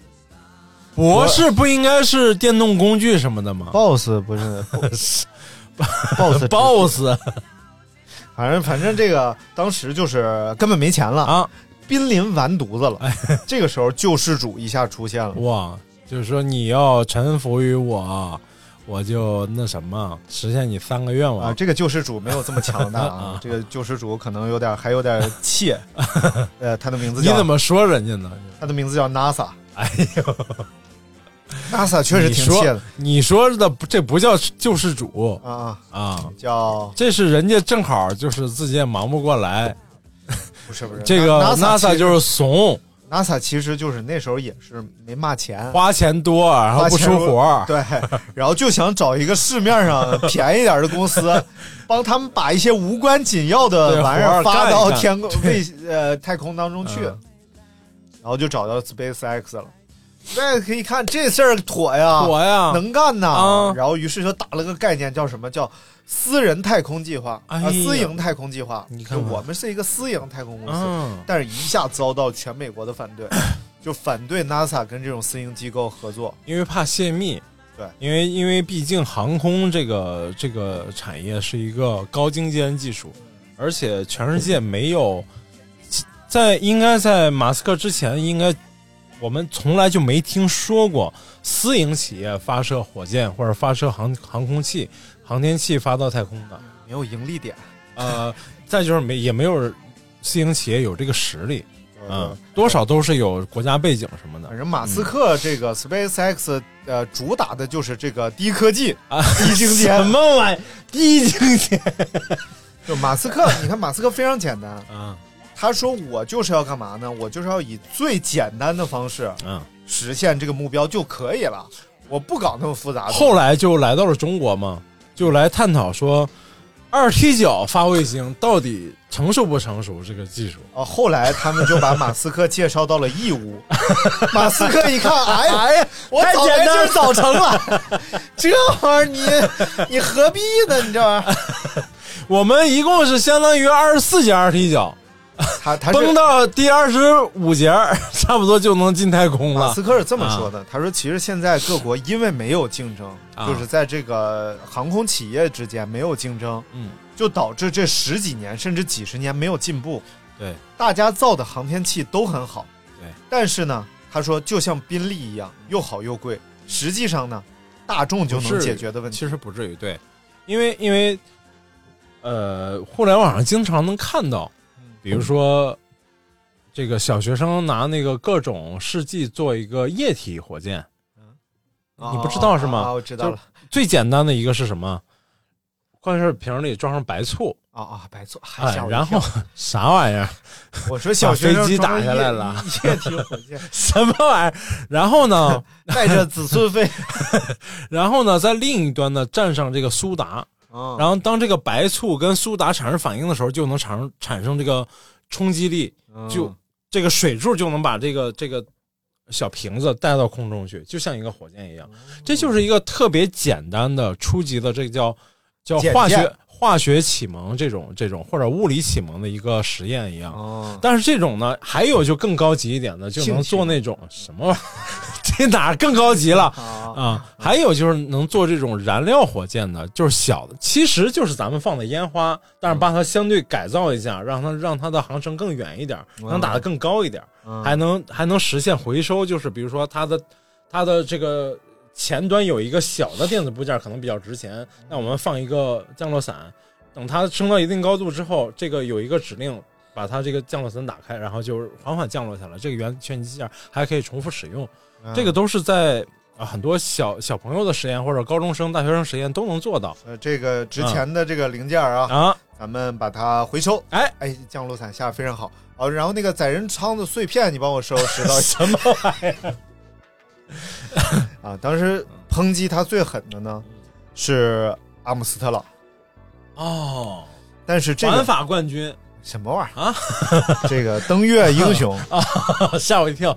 博士不应该是电动工具什么的吗 (laughs)
boss 不是 boss，
？boss
反正反正这个当时就是根本没钱了，
啊，
濒临完犊子了。这个时候救世主一下
(laughs)
出现了，
哇，就是说你要臣服于我，我就那什么实现你三个愿望。，
啊，这个救世主没有这么强大啊
(laughs)
这个救世主可能有点还有点怯，呃，他的名字
你
叫
怎么说人家呢？
他的名字叫 NASA，NASA
(laughs) 哎呦，
确实挺怯的
你说。你说的不这不叫救世主
啊啊，
啊，
叫
这是人家正好就是自己也忙不过来，
不是不是
这个
NASA
NASA 就是怂，
NASA 其实就是那时候也是没嘛钱，
花钱多，然后不出活儿，
对，然后就想找一个市面上便宜点的公司，帮他们把一些无关紧要
对
的玩意
活
儿
儿
发
干一
到
干
天空卫呃太空当中去，
嗯
然后就找到 SpaceX 了。SpaceX 一看这事儿妥呀，
我呀，
能干呐、
啊
然后于是就打了个概念，叫什么叫私人太空计划啊、
哎呀
私营太空计划。
你看看
就我们是一个私营太空公司，
嗯
但是一下遭到全美国的反对，就反对 NASA 跟这种私营机构合作。
因为怕泄密。
对
因为因为毕竟航空这个这个产业是一个高精尖技术，而且全世界没有在应该在马斯克之前，应该我们从来就没听说过私营企业发射火箭或者发射航航空器、航天器发到太空的。
没有盈利点，
呃，再就是没也没有呃私营企业有这个实力，嗯
嗯，，
多少都是有国家背景什么的
反。正马斯克这个 SpaceX 呃主打的就是这个低科技啊，低精
(laughs) 什
尖。
么玩意？ (laughs) 低精尖
就马斯克，你看马斯克非常简单，
啊！
他说我就是要干嘛呢？我就是要以最简单的方式
嗯，
实现这个目标就可以了，我不搞那么复杂的。
后来就来到了中国嘛，就来探讨说，二踢脚发卫星到底成熟不成熟这个技术。
哦，后来他们就把马斯克介绍到了
(laughs)
义乌。马斯克一看，哎哎，我
太
早
简
来
单
就是
了
早成了， (laughs) 这玩意儿你你何必呢？你这玩意儿，
我们一共是相当于二十四节二踢脚，
他他
崩
是
到第二十五节儿， (laughs) 差不多就能进太空
马
了
斯。克是这么说的，他说其实现在各国因为没有竞争，
啊
就是在这个航空企业之间没有竞争，
嗯，
就导致这十几年甚至几十年没有进步。
对，
大家造的航天器都很好，
对。
但是呢，他说就像宾利一样，又好又贵。实际上呢，大众就能解决的问题。
其实不至于，对，因为因为呃，互联网上经常能看到，比如说这个小学生拿那个各种试剂做一个液体火箭，你不知道是吗
啊，我知道了。
最简单的一个是什么？矿泉水瓶里装上白醋，
啊啊，白做。哎
啊
吓，我一
然后
跳
啥玩意儿？ (laughs)
我说小学生
把飞机
装
打下来了
液液体火箭，
什么玩意儿？然后呢？
带着子
(laughs)
孙飞。
然后呢？在另一端呢，蘸上这个苏打，
嗯
然后当这个白醋跟苏打产生反应的时候，就能产生产生这个冲击力，
嗯
就这个水柱就能把这个这个小瓶子带到空中去，就像一个火箭一样。这就是一个特别简单的、初级的，这个叫叫
简
化学
介
化学启蒙这种这种或者物理启蒙的一个实验一样。
哦，
但是这种呢，还有就更高级一点的，就能做那种什么玩意儿， (laughs) 这哪儿更高级了啊？还有就是能做这种燃料火箭的，就是小的，其实就是咱们放的烟花，但是把它相对改造一下，让它让它的航程更远一点，能打得更高一点，还能还能实现回收，就是比如说它的它的这个。前端有一个小的电子部件，可能比较值钱。那我们放一个降落伞，等它升到一定高度之后，这个有一个指令，把它这个降落伞打开，然后就是缓缓降落下来。这个原旋机件还可以重复使用，
嗯
这个都是在啊很多小小朋友的实验或者高中生、大学生实验都能做到
呃，这个值钱的这个零件啊，
啊。
咱们把它回收。
哎
哎，降落伞下得非常好。哦，然后那个载人舱的碎片，你帮我收拾到
什么玩意儿？
(laughs) 啊。当时抨击他最狠的呢
嗯
是阿姆斯特朗，
哦，
但是这
环
个
法冠军
什么玩意
啊？哦
儿？ (laughs) 这个登月
(laughs)
英雄
(laughs) 吓我一跳。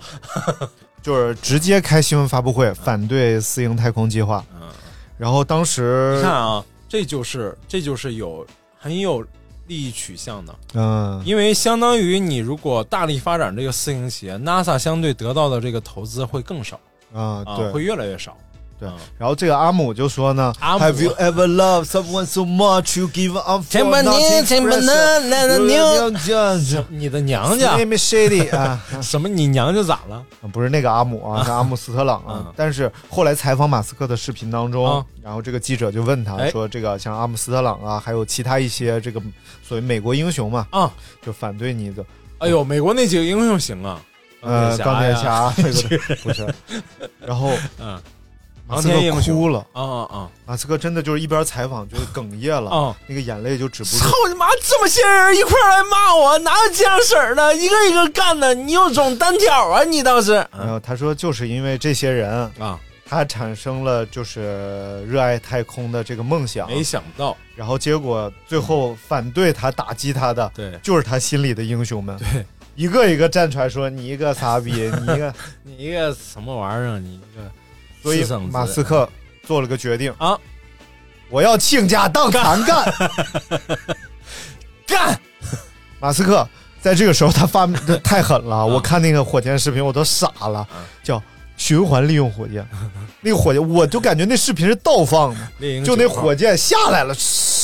就是直接开新闻发布会反对私营太空计划。
嗯，
然后当
你
时
看，啊，这就是这就是有很有利益取向的，
嗯，
因为相当于你如果大力发展这个私营企业，NASA 相对得到的这个投资会更少
啊，
啊，
对
会，越来越少。
对
嗯，
然后这个阿姆就说呢
阿姆啊
，Have you ever loved someone so much you give up for
前半年
nothing
前半
precious？
年那那
You
牛
will not judge
你的娘家
Name is shady (laughs) 啊，
什么？你娘家咋了？
不是那个阿
(laughs)
姆啊，是阿姆斯特朗啊
嗯。
但是后来采访马斯克的视频当中
啊，
然后这个记者就问他
哎
说，这个像阿姆斯特朗啊，还有其他一些这个所谓美国英雄嘛，
啊，
就反对你的
哎呦，美国那几个英雄行啊，
呃钢铁
呀
侠，美国的
(laughs)
不是，然后
嗯，
马斯克哭了，
啊啊
马斯克真的就是一边采访就哽咽
啊
了，
啊！
那个眼泪就止不
操
住。
你妈！这么些人一块儿来骂我，哪有这样式儿的？一个一个干的，你有种单挑啊！你倒是
然后他说，就是因为这些人，
啊，
他产生了就是热爱太空的这个梦想，
啊没想到，
然后结果最后反对他、打击他的，
对
就是他心里的英雄们，
对，
一个一个站出来说：“你一个傻逼，你一
(laughs)
个。
你一个什么玩意儿？啊你一个”
所以
私生子
马斯克做了个决定
啊，
我要倾家荡
(laughs)
产干。
干
马斯克在这个时候他发明他太狠
(laughs) 啊
了，我看那个火箭视频我都傻了，叫循环利用火箭。那个火箭我就感觉那视频是倒
(laughs)
放的，
猎鹰
就那
九号
火箭下来了，
啊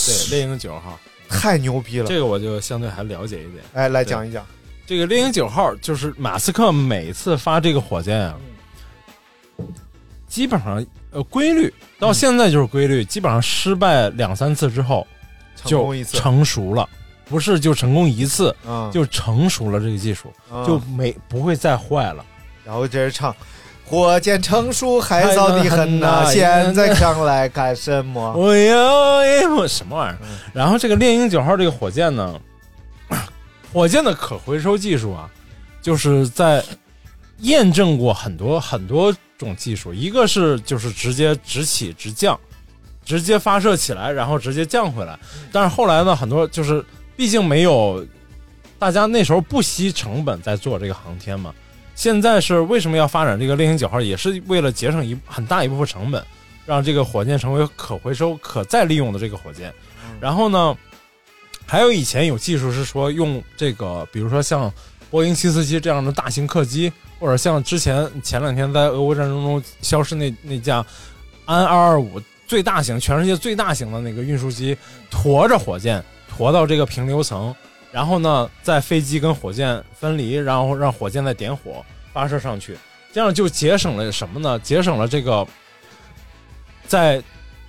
对猎鹰九号，
太牛逼了。
这个我就相对还了解一点。
哎，来讲一讲，
这个猎鹰九号就是马斯克每次发这个火箭啊，基本上呃规律到现在就是规律，基本上失败两三次之后
成
就
功一次，
成熟了，不是就成功一次
嗯
就成熟了这个技术，
嗯
就没不会再坏了。
然后接着唱。火箭成熟还早得
(laughs)
很
还
呐、
早得很呐
现在看来干什么？
哎 (laughs) 我要一我哎什么玩意儿
嗯？
然后这个猎鹰九号这个火箭呢， (clears throat) 火箭的可回收技术啊，就是在验证过很多很多种技术，一个是就是直接直起直降，直接发射起来，然后直接降回来。但是后来呢，很多就是毕竟没有大家那时候不惜成本在做这个航天嘛。现在是为什么要发展这个猎鹰九号，也是为了节省一很大一部分成本，让这个火箭成为可回收、可再利用的这个火箭。然后呢，还有以前有技术是说用这个，比如说像波音七四七这样的大型客机，或者像之前前两天在俄乌战争中消失那那架安二二五最大型、全世界最大型的那个运输机，驮着火箭驮到这个平流层，然后呢，在飞机跟火箭分离，然后让火箭再点火发射上去，这样就节省了什么呢？节省了这个在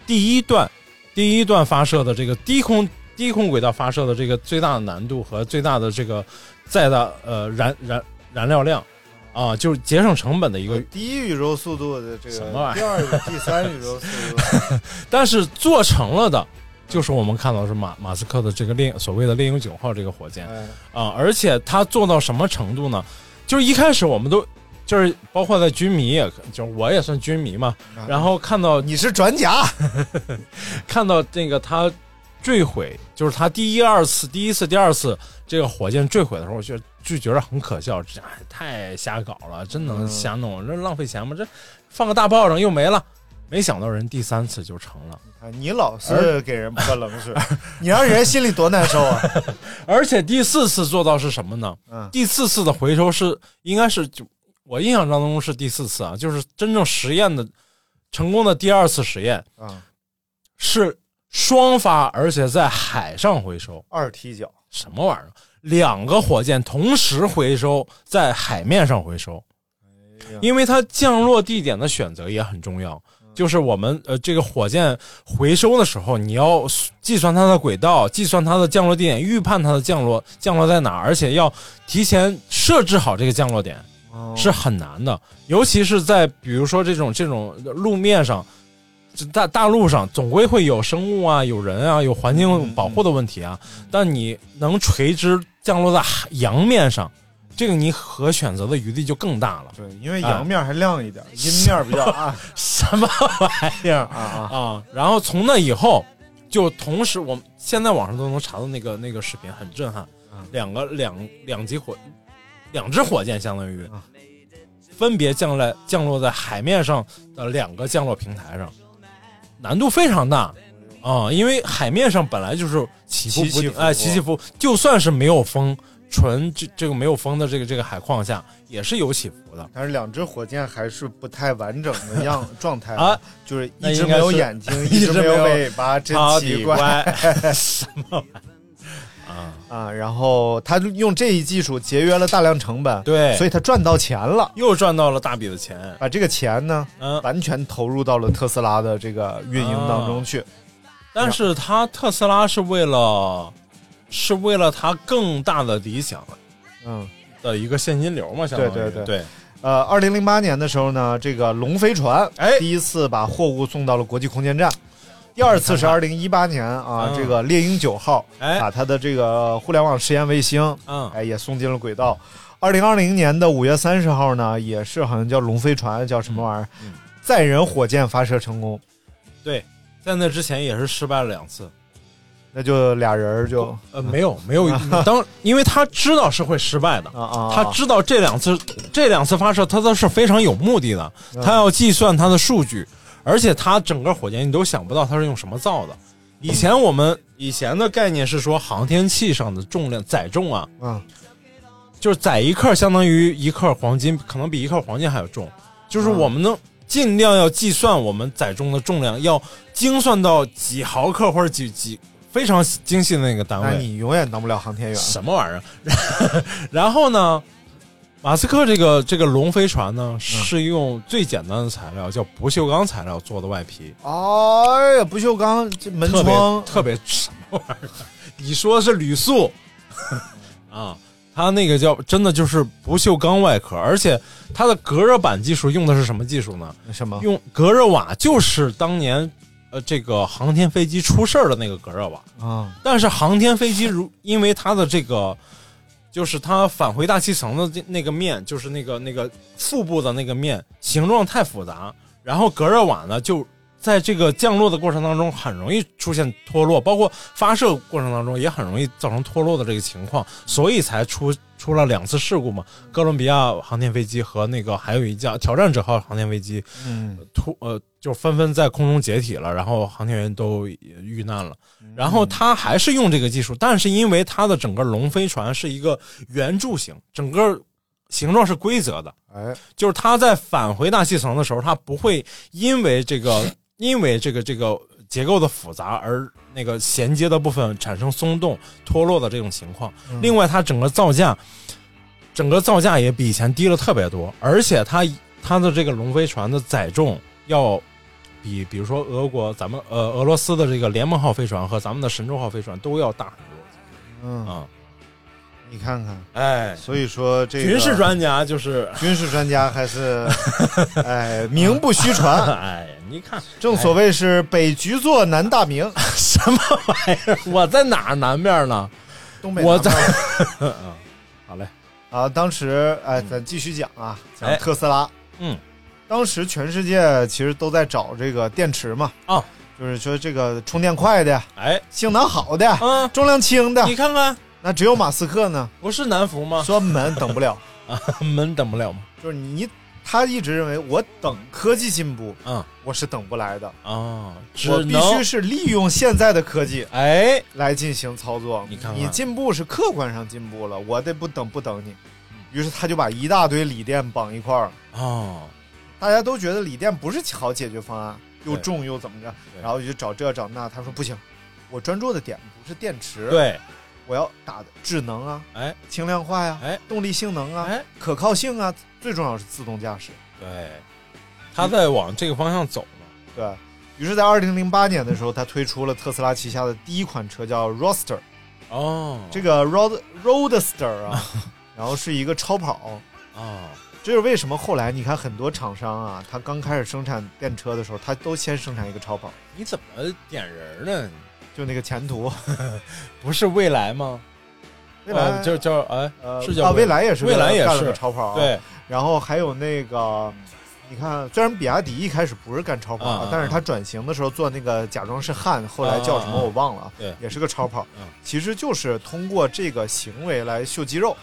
第一段第一段发射的这个低空低空轨道发射的这个最大的难度和最大的这个再大呃燃燃燃料量啊，就是节省成本的一个
第一宇宙速度的这个，
什么玩意儿
第二宇宙、第三宇宙
(laughs)
速度，
但是做成了的，就是我们看到是马马斯克的这个猎所谓的猎鹰九号这个火箭啊、
哎
而且他做到什么程度呢？就是一开始我们都就是包括在军迷也，就是我也算军迷嘛，然后看到
啊你是转甲，
(laughs) 看到那个他坠毁，就是他第一、二次、第一次、第二次这个火箭坠毁的时候，我觉得就觉得很可笑，这哎太瞎搞了，真能瞎
嗯
弄，这浪费钱吗？这放个大炮仗又没了，没想到人第三次就成了。
啊你老是给人泼冷水， (laughs) 你让人心里多难受啊！
(laughs) 而且第四次做到是什么呢？
嗯
第四次的回收是应该是就我印象当中是第四次啊，就是真正实验的成功的第二次实验
啊，
是双发，而且在海上回收，
二踢脚，
什么玩意儿？两个火箭同时回收，在海面上回收，因为它降落地点的选择也很重要。就是我们呃，这个火箭回收的时候，你要计算它的轨道，计算它的降落地点，预判它的降落降落在哪儿，而且要提前设置好这个降落点，是很难的。尤其是在比如说这种这种路面上，这大大路上总归会有生物啊、有人啊、有环境保护的问题啊。但你能垂直降落在海洋面上，这个你可选择的余地就更大了。
对，因为
啊
阳面还亮一点，阴面比较
(laughs)
暗
什么玩意儿
啊啊！
啊！然后从那以后，就同时我们现在网上都能查到那个那个视频，很震撼。
嗯
两个两两级火，两只火箭相当于
啊
分别降在降落在海面上的两个降落平台上，难度非常大啊！因为海面上本来就是起伏不
起起
定，
伏伏
哎，起起伏，就算是没有风，纯这这个没有风的这个这个海况下，也是有起伏的。
但是两只火箭还是不太完整的样状态
啊，
就是
那
一
应
直
该
没有
是 (laughs)
眼睛，
一
一
直
直没
没有
有尾巴，真
超
奇
级
怪
乖， (laughs) 什么玩意儿啊？
啊！然后他就用这一技术节约了大量成本，
对
所以他赚到钱了，
又赚到了大笔的钱，
把这个钱呢
嗯，
完全投入到了特斯拉的这个运营当
啊
中去。
但是他特斯拉是为了，是为了他更大的理想
嗯，
的一个现金流嘛，相当于
对对对
对，
呃，二零零八年的时候呢，这个龙飞船
哎
第一次把货物送到了国际空间站。第二次是二零一八年啊，
嗯
这个猎鹰九号
哎
把它的这个互联网实验卫星，
嗯
哎也送进了轨道。二零二零年的五月三十号呢，也是好像叫龙飞船，叫什么玩意儿
嗯嗯，
载人火箭发射成功，
对，在那之前也是失败了两次，
那就俩人儿就 (laughs)
呃，没有没有，当因为他知道是会失败的，
啊啊，
他知道这两次这两次发射，他都是非常有目的的，
嗯
他要计算他的数据，而且他整个火箭你都想不到他是用什么造的。以前我们以前的概念是说航天器上的重量载重啊，
嗯
就是载一克相当于一克黄金，可能比一克黄金还要重。就是
嗯
我们能尽量要计算我们载重的重量，要精算到几毫克或者几几非常精细的那个单
那
位。
你永远当不了航天员。
什么玩意儿？ (laughs) 然后呢，马斯克这个这个龙飞船
嗯
呢，是用最简单的材料，叫不锈钢材料做的外皮，
哎呀，不锈钢这门
特别
窗
特别什么玩意儿？你说是铝塑 (laughs) 啊？它那个叫真的就是不锈钢外壳，而且它的隔热板技术用的是什么技术呢？
什么？
用隔热瓦，就是当年呃这个航天飞机出事儿的那个隔热瓦。
啊
但是航天飞机如因为它的这个，就是它返回大气层的这那个面，就是那个那个腹部的那个面形状太复杂，然后隔热瓦呢就在这个降落的过程当中很容易出现脱落，包括发射过程当中也很容易造成脱落的这个情况，所以才出出了两次事故嘛。哥伦比亚航天飞机和那个还有一架挑战者号航天飞机
嗯，
突呃就纷纷在空中解体了，然后航天员都也遇难了。然后他还是用这个技术，但是因为它的整个龙飞船是一个圆柱形，整个形状是规则的，
哎，
就是它在返回大气层的时候，它不会因为这
(laughs)
个因为这个这个结构的复杂而那个衔接的部分产生松动、脱落的这种情况。
嗯
另外，它整个造价，整个造价也比以前低了特别多，而且它它的这个龙飞船的载重要。比比如说俄国咱们呃俄罗斯的这个联盟号飞船和咱们的神舟号飞船都要大很多
嗯，
啊、
你看看，
哎，
所以说这个
军事专家就是，
军事专家
(laughs)
还是哎名不虚传，
哎，你看
正所谓是北局座南大名，
什么玩意儿？我在哪儿南边呢？
东北
我
南
(laughs)
面
好嘞，嗯
啊，当时哎，咱继续讲啊，讲
哎
特斯拉，
嗯，
当时全世界其实都在找这个电池嘛，
啊，
就是说这个充电快的、
哎，
性能好的、
嗯，
重量轻的
你，看嗯看，
那只有马斯克呢，
不是南孚吗？
说门等不了， (laughs)
门等不了吗？
就是你他一直认为我等科技进步，
嗯
我是等不来的。
啊，只
我必须
能
是利用现在的科技
哎，
来进行操作。
你看看
你进步是客观上进步了，我得不等不等你。
嗯
于是他就把一大堆锂电绑一块儿，
哦，
大家都觉得锂电不是好解决方案，又
对
重又怎么着，
对
然后就找这找那。他说不行，我专注的点不是电池，，
对，
我要打的智能啊，
哎
轻量化呀、
哎
动力性能啊，
哎，
可靠性啊，最重要是自动驾驶。
对，他在往这个方向走呢。
对于是，在二零零八年的时候，他推出了特斯拉旗下的第一款车，叫 Roadster。
哦，
这个 Road Roadster
(laughs)
啊，然后是一个超跑。
哦，
这是为什么后来你看很多厂商啊，他刚开始生产电车的时候，他都先生产一个超跑，
你怎么点人呢？
就那个前途。
哦不是未来吗？
未来、
哦就叫哎，
呃
是叫
啊，未来也是
未来也
干了
是
个超跑、，啊
对，
然后还有那个，你看，虽然比亚迪一开始不是干超跑啊，
嗯嗯
但是它转型的时候做那个假装是汉，后来叫什么
嗯嗯嗯
我忘了啊，
对
也是个超跑
嗯。
其实就是通过这个行为来秀肌肉。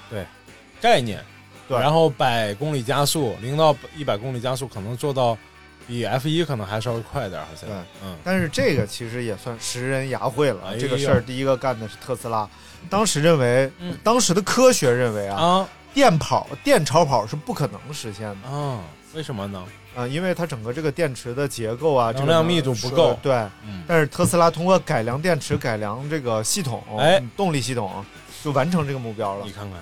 概念。
对
然后百公里加速，零到一百公里加速可能做到比 F 一可能还稍微快点儿，好像
对，
嗯，
但是这个其实也算识人牙慧了。
哎呦
这个事儿第一个干的是特斯拉，当时认为，当时的科学认为啊，
啊
电跑、电超跑是不可能实现的
啊，为什么呢？
啊、因为它整个这个电池的结构啊，
能
这个
量密度不够
是对，
嗯
但是特斯拉通过改良电池、改良这个系统，嗯
哎
动力系统，就完成这个目标了
你。看看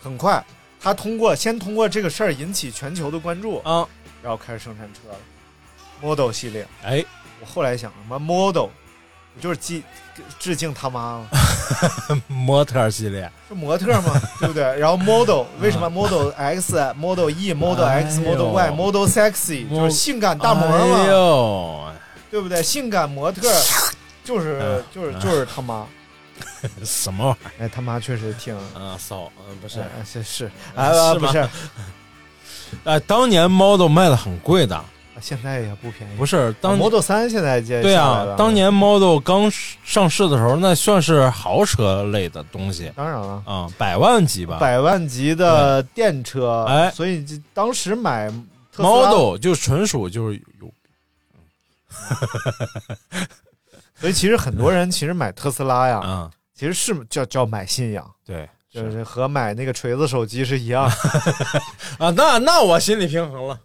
很快，它通过先通过这个事儿引起全球的关注，
啊，
然后开始生产车了，Model 系列。
哎，
我后来想，什么 Model，不就是致致敬他妈吗？ (laughs)
模特儿系列
是模特
(laughs)
嘛，对不对？然后 Model 为什么 Model X、Model E、Model
啊哎
X、
呦
Model Y、Model Sexy
模
就是性感大模
哎
嘛，
呦，
对不对？性感模特
啊
就是就是就是他妈，
什么玩意
哎，他妈确实挺。
儿啊？骚，嗯， (laughs) 不是
是，是是，
是吗
啊不是，
哎，当年 Model 卖的很贵的，
现在也不便宜。
不是
啊
当
Model 三现在接
对
下来
啊
了，
当年 Model 刚上市的时候，那算是豪车类的东西
当然了，
啊，百万级吧。
百万级的电车，
哎
所以这当时买特斯拉
Model 就纯属就是有
所以其实很多人其实买特斯拉呀，
啊，
其实是叫叫买信仰，
对，
就是是和买那个锤子手机是一
(laughs)
样的
啊，那那我心里平衡了。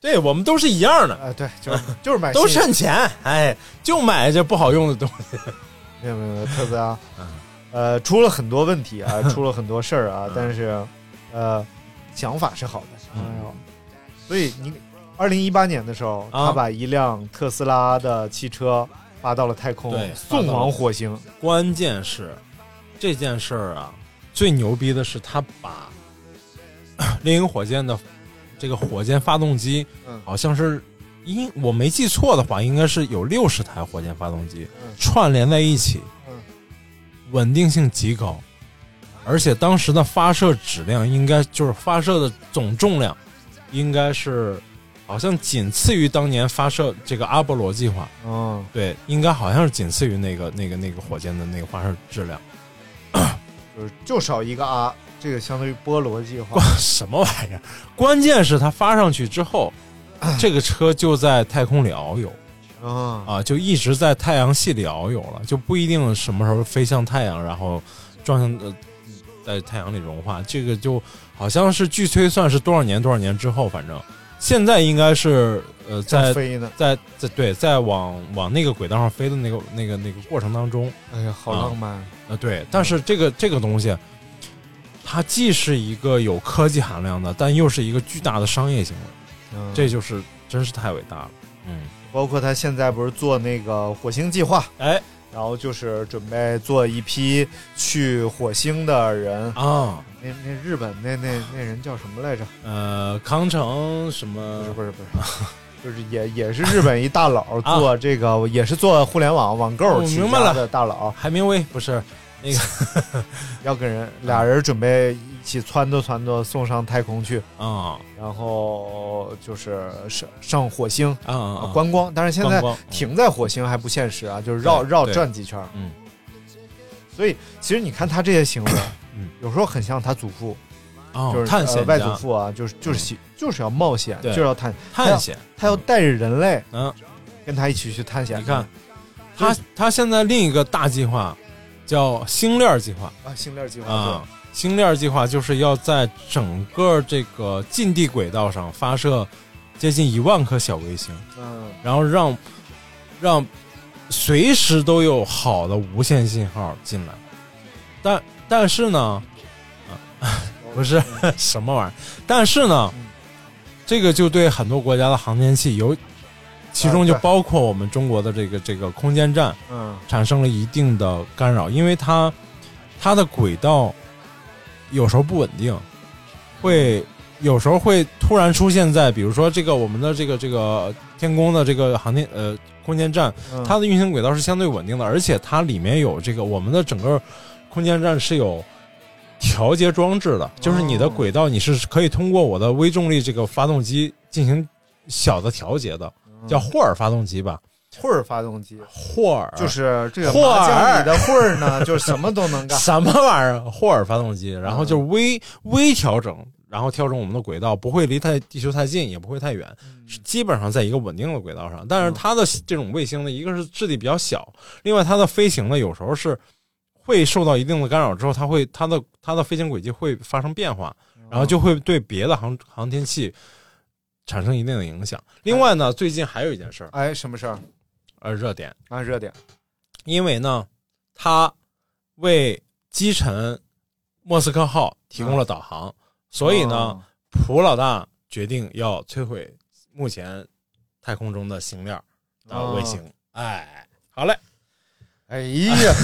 对我们都是一样的，
啊，对，就是就是买信
都趁钱，哎，就买这不好用的东西。
没有没有没有特斯拉，
嗯
呃，出了很多问题
(laughs)
啊，出了很多事儿啊，
嗯
但是呃，想法是好的，想法是好的所以你二零一八年的时候，
啊
他把一辆特斯拉的汽车发到了太空
对，发到
送往火星，
关键是这件事儿啊，最牛逼的是他把 (coughs) 猎鹰火箭的这个火箭发动机，
嗯
好像是应我没记错的话，应该是有六十台火箭发动机、
嗯
串联在一起，
嗯
稳定性极高，而且当时的发射质量应该就是发射的总重量，应该是好像仅次于当年发射这个阿波罗计划。
嗯，
对，应该好像是仅次于那个那个那个火箭的那个发射质量， (laughs)
就是就少一个啊，这个相当于菠萝计划
关，什么玩意儿？关键是它发上去之后，这个车就在太空里遨游
嗯
啊，就一直在太阳系里遨游了，就不一定什么时候飞向太阳，然后撞向呃在太阳里融化。这个就好像是据推算是多少年多少年之后，反正现在应该是呃在
正飞呢，
在在对在往往那个轨道上飞的那个那个那个过程当中。
哎呀，好
啊
浪漫，
呃，对，但是这个这个东西，它既是一个有科技含量的，但又是一个巨大的商业行为，
嗯
这就是真是太伟大了。嗯，
包括他现在不是做那个火星计划，
哎
然后就是准备做一批去火星的人。
啊，
那那日本那那那人叫什么来着？
呃，康城什
不是
么
不是不是， (laughs) 就是也也是日本一大佬做这个，也是做互联网网购
我啊
起
哦明白
家
了
的大佬，
海明威不是那个
要跟人俩人准备一起撺掇撺掇送上太空去，
啊
然后就是上上火星
啊啊，
观光，但是现在
观光嗯
停在火星还不现实啊，就是绕
对
绕
对
转几圈儿。
嗯
所以其实你看他这些行为
嗯，
有时候很像他祖父，
啊
就是
探
呃
险
外
家嗯
祖父啊，就是就是喜就是要冒险，
对
就是要探，
探险，
他要带着人类，
嗯，
跟他一起去探险。嗯
你看他他现在另一个大计划叫星链计划。
啊，星链计划
啊，星链计划就是要在整个这个近地轨道上发射接近一万颗小卫星，
对，嗯，
然后让让随时都有好的无线信号进来。但但是呢，啊、 (laughs) 不是什么玩意儿，但是呢，这个就对很多国家的航天器有，其中就
啊对
包括我们中国的这个这个空间站。
嗯
产生了一定的干扰，因为它它的轨道有时候不稳定，会有时候会突然出现在，比如说这个我们的这个这个天宫的这个航天呃空间站，
嗯，
它的运行轨道是相对稳定的，而且它里面有这个我们的整个空间站是有。调节装置
哦
的，就是你的轨道，你是可以通过我的微重力这个发动机进行小的调节的，
嗯
叫霍尔发动机吧？
霍尔发动机，
霍尔
就是这个
霍
麻将
尔
里的霍尔呢，就是什么都能干。
什么玩意儿？霍尔发动机，然后就是微微调整然后调整我们的轨道，不会离太地球太近，也不会太远，是基本上在一个稳定的轨道上。但是它的这种卫星呢，一个是质地比较小，另外它的飞行呢，有时候是会受到一定的干扰之后，它会它的它的飞行轨迹会发生变化， (laughs) 然
嗯
后就会对别的航航天器产生一定的影响。另外呢，最近还有一件事儿，
哎，什么事儿
呃，热点，
啊？热点
因为呢，它为击沉莫斯科号提供了导航，所以呢，
哦
普老大决定要摧毁目前太空中的星链
嗯
的啊卫星。哎，好嘞，
哎 (laughs) 呀，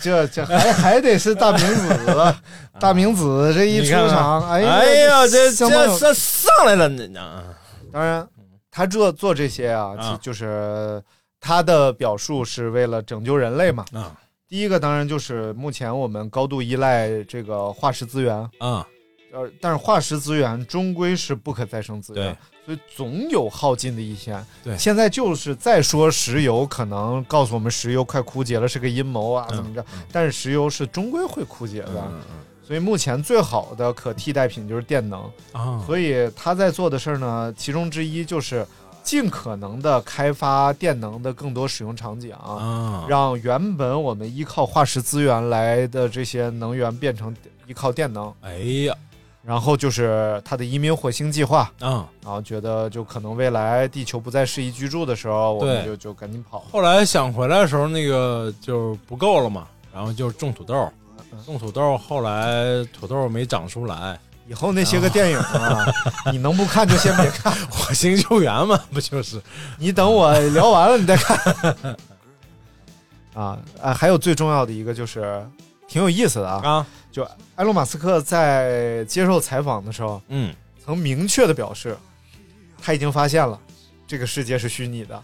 这这还还得是大明 (laughs) 子，啊大明子这一
啊你
出
看看
场，哎
哎呀，这
相
这
当有
这上来了，你呢？
当然，他这做这些啊，
啊
就就是他的表述是为了拯救人类嘛。
啊
第一个当然就是目前我们高度依赖这个化石资源，
啊，
呃，但是化石资源终归是不可再生资源，所以总有耗尽的一天。
对
现在就是再说石油，可能告诉我们石油快枯竭了是个阴谋啊，
嗯
怎么着？但是石油是终归会枯竭的，
嗯
所以目前最好的可替代品就是电能。
啊，
所以他在做的事儿呢，其中之一就是尽可能的开发电能的更多使用场景，
啊，
让原本我们依靠化石资源来的这些能源变成依靠电能。
哎呀，
然后就是他的移民火星计划，
啊，
然后觉得就可能未来地球不再适宜居住的时候，我们
对
就就赶紧跑。
后来想回来的时候，那个就不够了嘛，然后就种土豆，种土豆，后来土豆没长出来，
以后那些个电影啊， (laughs) 你能不看就先别看， (laughs)
火星救援嘛，不就是？
你等我聊完了你再看。 (laughs) 啊啊，还有最重要的一个就是挺有意思的啊，
啊，
就埃隆·马斯克在接受采访的时候，
嗯，
曾明确的表示，他已经发现了这个世界是虚拟
(laughs)
的。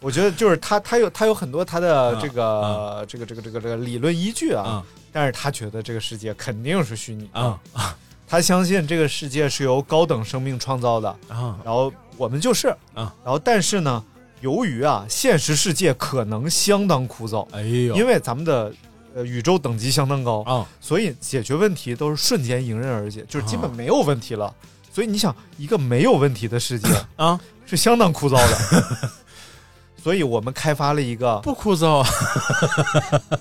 我觉得就是他，他有他有很多他
嗯
的这个、这个这个这个这个理论依据啊，
啊
但是他觉得这个世界肯定是虚拟的，
啊
他相信这个世界是由高等生命创造的，
啊
然后我们就是
啊，
然后但是呢，由于啊现实世界可能相当枯燥，
哎呦，
因为咱们的呃宇宙等级相当高，
啊，
所以解决问题都是瞬间迎刃而解，就是基本
啊
没有问题了。所以你想，一个没有问题的世界
啊，
是相当枯燥的。
(laughs)
所以我们开发了一个，
不枯燥，
啊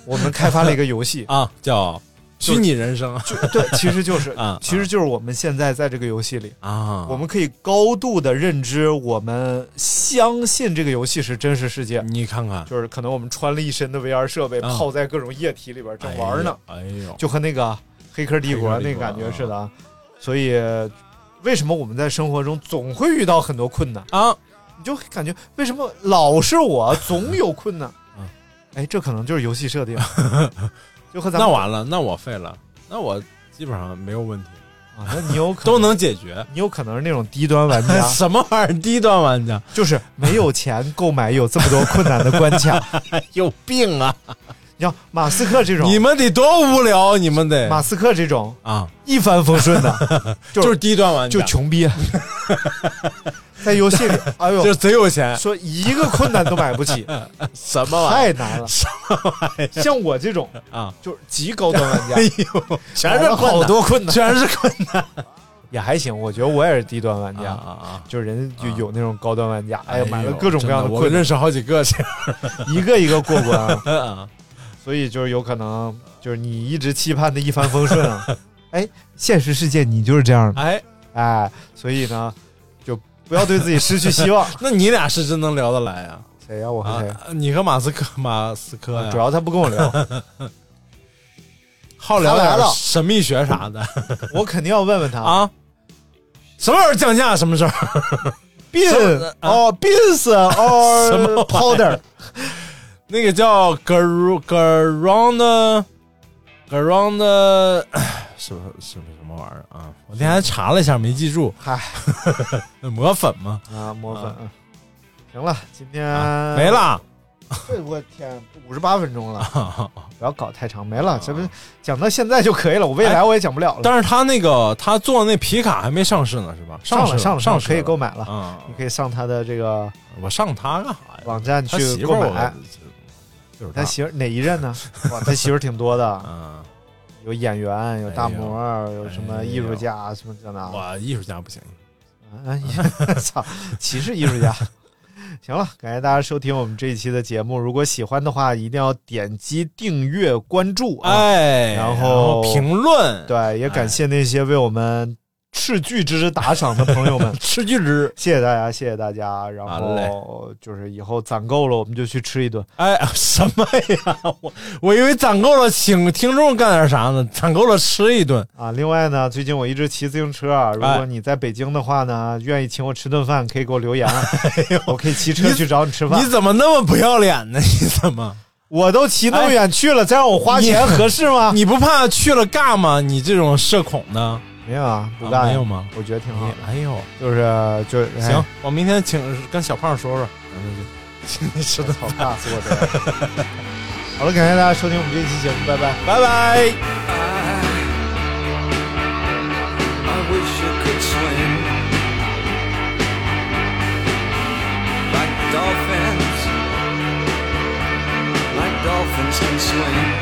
我们开发了一个游戏
啊，叫虚拟人生
就对，其实就是
啊，
其实就是我们现在在这个游戏里，
啊，
我们可以高度的认知，我们相信这个游戏是真实世界，
你看看
就是可能我们穿了一身的 VR 设备，
啊
泡在各种液体里边正玩呢。，
哎呦，
就和那个《黑客帝国》
黑客帝国
那感觉似的啊。所以，为什么我们在生活中总会遇到很多困难？
啊，
你就感觉为什么老是我总有困难
(laughs) 嗯？
哎，这可能就是游戏
(laughs)
设定，就和咱们
那完了，那我废了，那我基本上没有问题，
啊，那你有可啊
都，能解决。
你有可能是那种低端玩
(laughs)
家，
什么玩意儿？低端玩家
就是没有钱购买有这么多困难的关卡。
(laughs) 有病啊！
你像马斯克这种
你，们得多无聊，你们得
马斯克这种
啊，
一帆风顺的，就
(laughs) 就是低端玩家，
就
(laughs)
穷逼，在游戏里，哎呦
就，是贼有钱，
说一个困难都买不
(laughs)
起，
嗯什么玩意 (laughs)
太难了。像我这种
儿啊？
就是极高端
(laughs)
玩家
哎，呦，全是
买了
困
好
难
多困难，
全是困
也还行。我觉得我也是低端玩
难
家，
啊！
就是人家就有那种高端玩家，哎呀，买了
呦
各种各样
真的我
困难，
认识好几个这样
(laughs)
(laughs)
一个一个过关啊。
的啊。
所以就是有可能，就是你一直期盼的一帆风顺啊， (laughs) 哎，现实世界你就是这样的，
哎，
哎，所以呢，就不要对自己失去
(laughs)
希望。
那你俩是真能聊得来啊？
谁呀？我和谁？
啊，你和马斯克，马斯克呀，
主要他不跟
(laughs)
我聊，
好聊
他来
点
了
神秘学啥的
我肯定要问问他。
啊。什么时候降价？什么时候？ (laughs)
beans 哦，beans
(laughs) 什么玩意
哦
儿
，powder
那个叫 gar garand garand (clears throat) 什么什么什么玩意儿啊？我那天还查了一下，没记住。
嗨，
那 (laughs) 磨粉吗？
啊，磨粉
啊。
嗯行了，今天
啊没。了。
对，我天，五十八分钟了，
(laughs) 啊
不要搞太长，没了。这不讲到现在就可以了，我未来我也讲不了了。
但是他那个他做那皮卡还没上市呢，是吧？
上
市
了上
上
了
上
了，可以购买了。
啊！
你可以上他的这个
我上他干啥呀？
网站
他
去
媳妇儿
购
我
买。
就是
他
他 (laughs)
媳妇儿哪一任呢？哇，他媳妇儿挺多的，
嗯
有演员，有大模，有什
哎
么
呦
艺术家，什么这那的。
我艺术家不行，
哎呀， (laughs) 操，歧视艺术家。行了，感谢大家收听我们这一期的节目。如果喜欢的话，一定要点击订阅、关注啊！
哎，
然
然
后
评论，，
对，也感谢那些为我们斥巨资打赏的朋
(laughs)
友们，
斥巨资，
谢谢大家，谢谢大家。然
好嘞
后就是以后攒够了，我们就去吃一顿。
哎， (laughs) 什么呀？我我以为攒够了，请听众干点啥呢？攒够了吃一顿，
啊，另外呢，最近我一直骑自行车
哎
啊，如果你在北京的话呢，愿意请我吃顿饭，可以给我留言，啊
(laughs)
我可以骑车
你
去找你吃饭
哎你。怎么那么不要脸呢？ (laughs) 你怎么？
我都骑那么远去了，再让我花钱
你
合适吗？
你不怕去了尬吗？你这种社恐的，
没有啊，不
啊
干、啊
没有吗？
我觉得挺好
你
的，
哎呦，
就是就哎
行，，我明天请跟小胖说说，咱们就 (laughs) 请你吃
真
顿
的好尬死我
(laughs)
了。好了，感谢大家收听我们这期节目，拜拜。
拜拜。
I wish I could swim like dolphins, like dolphins can swim.
Oh,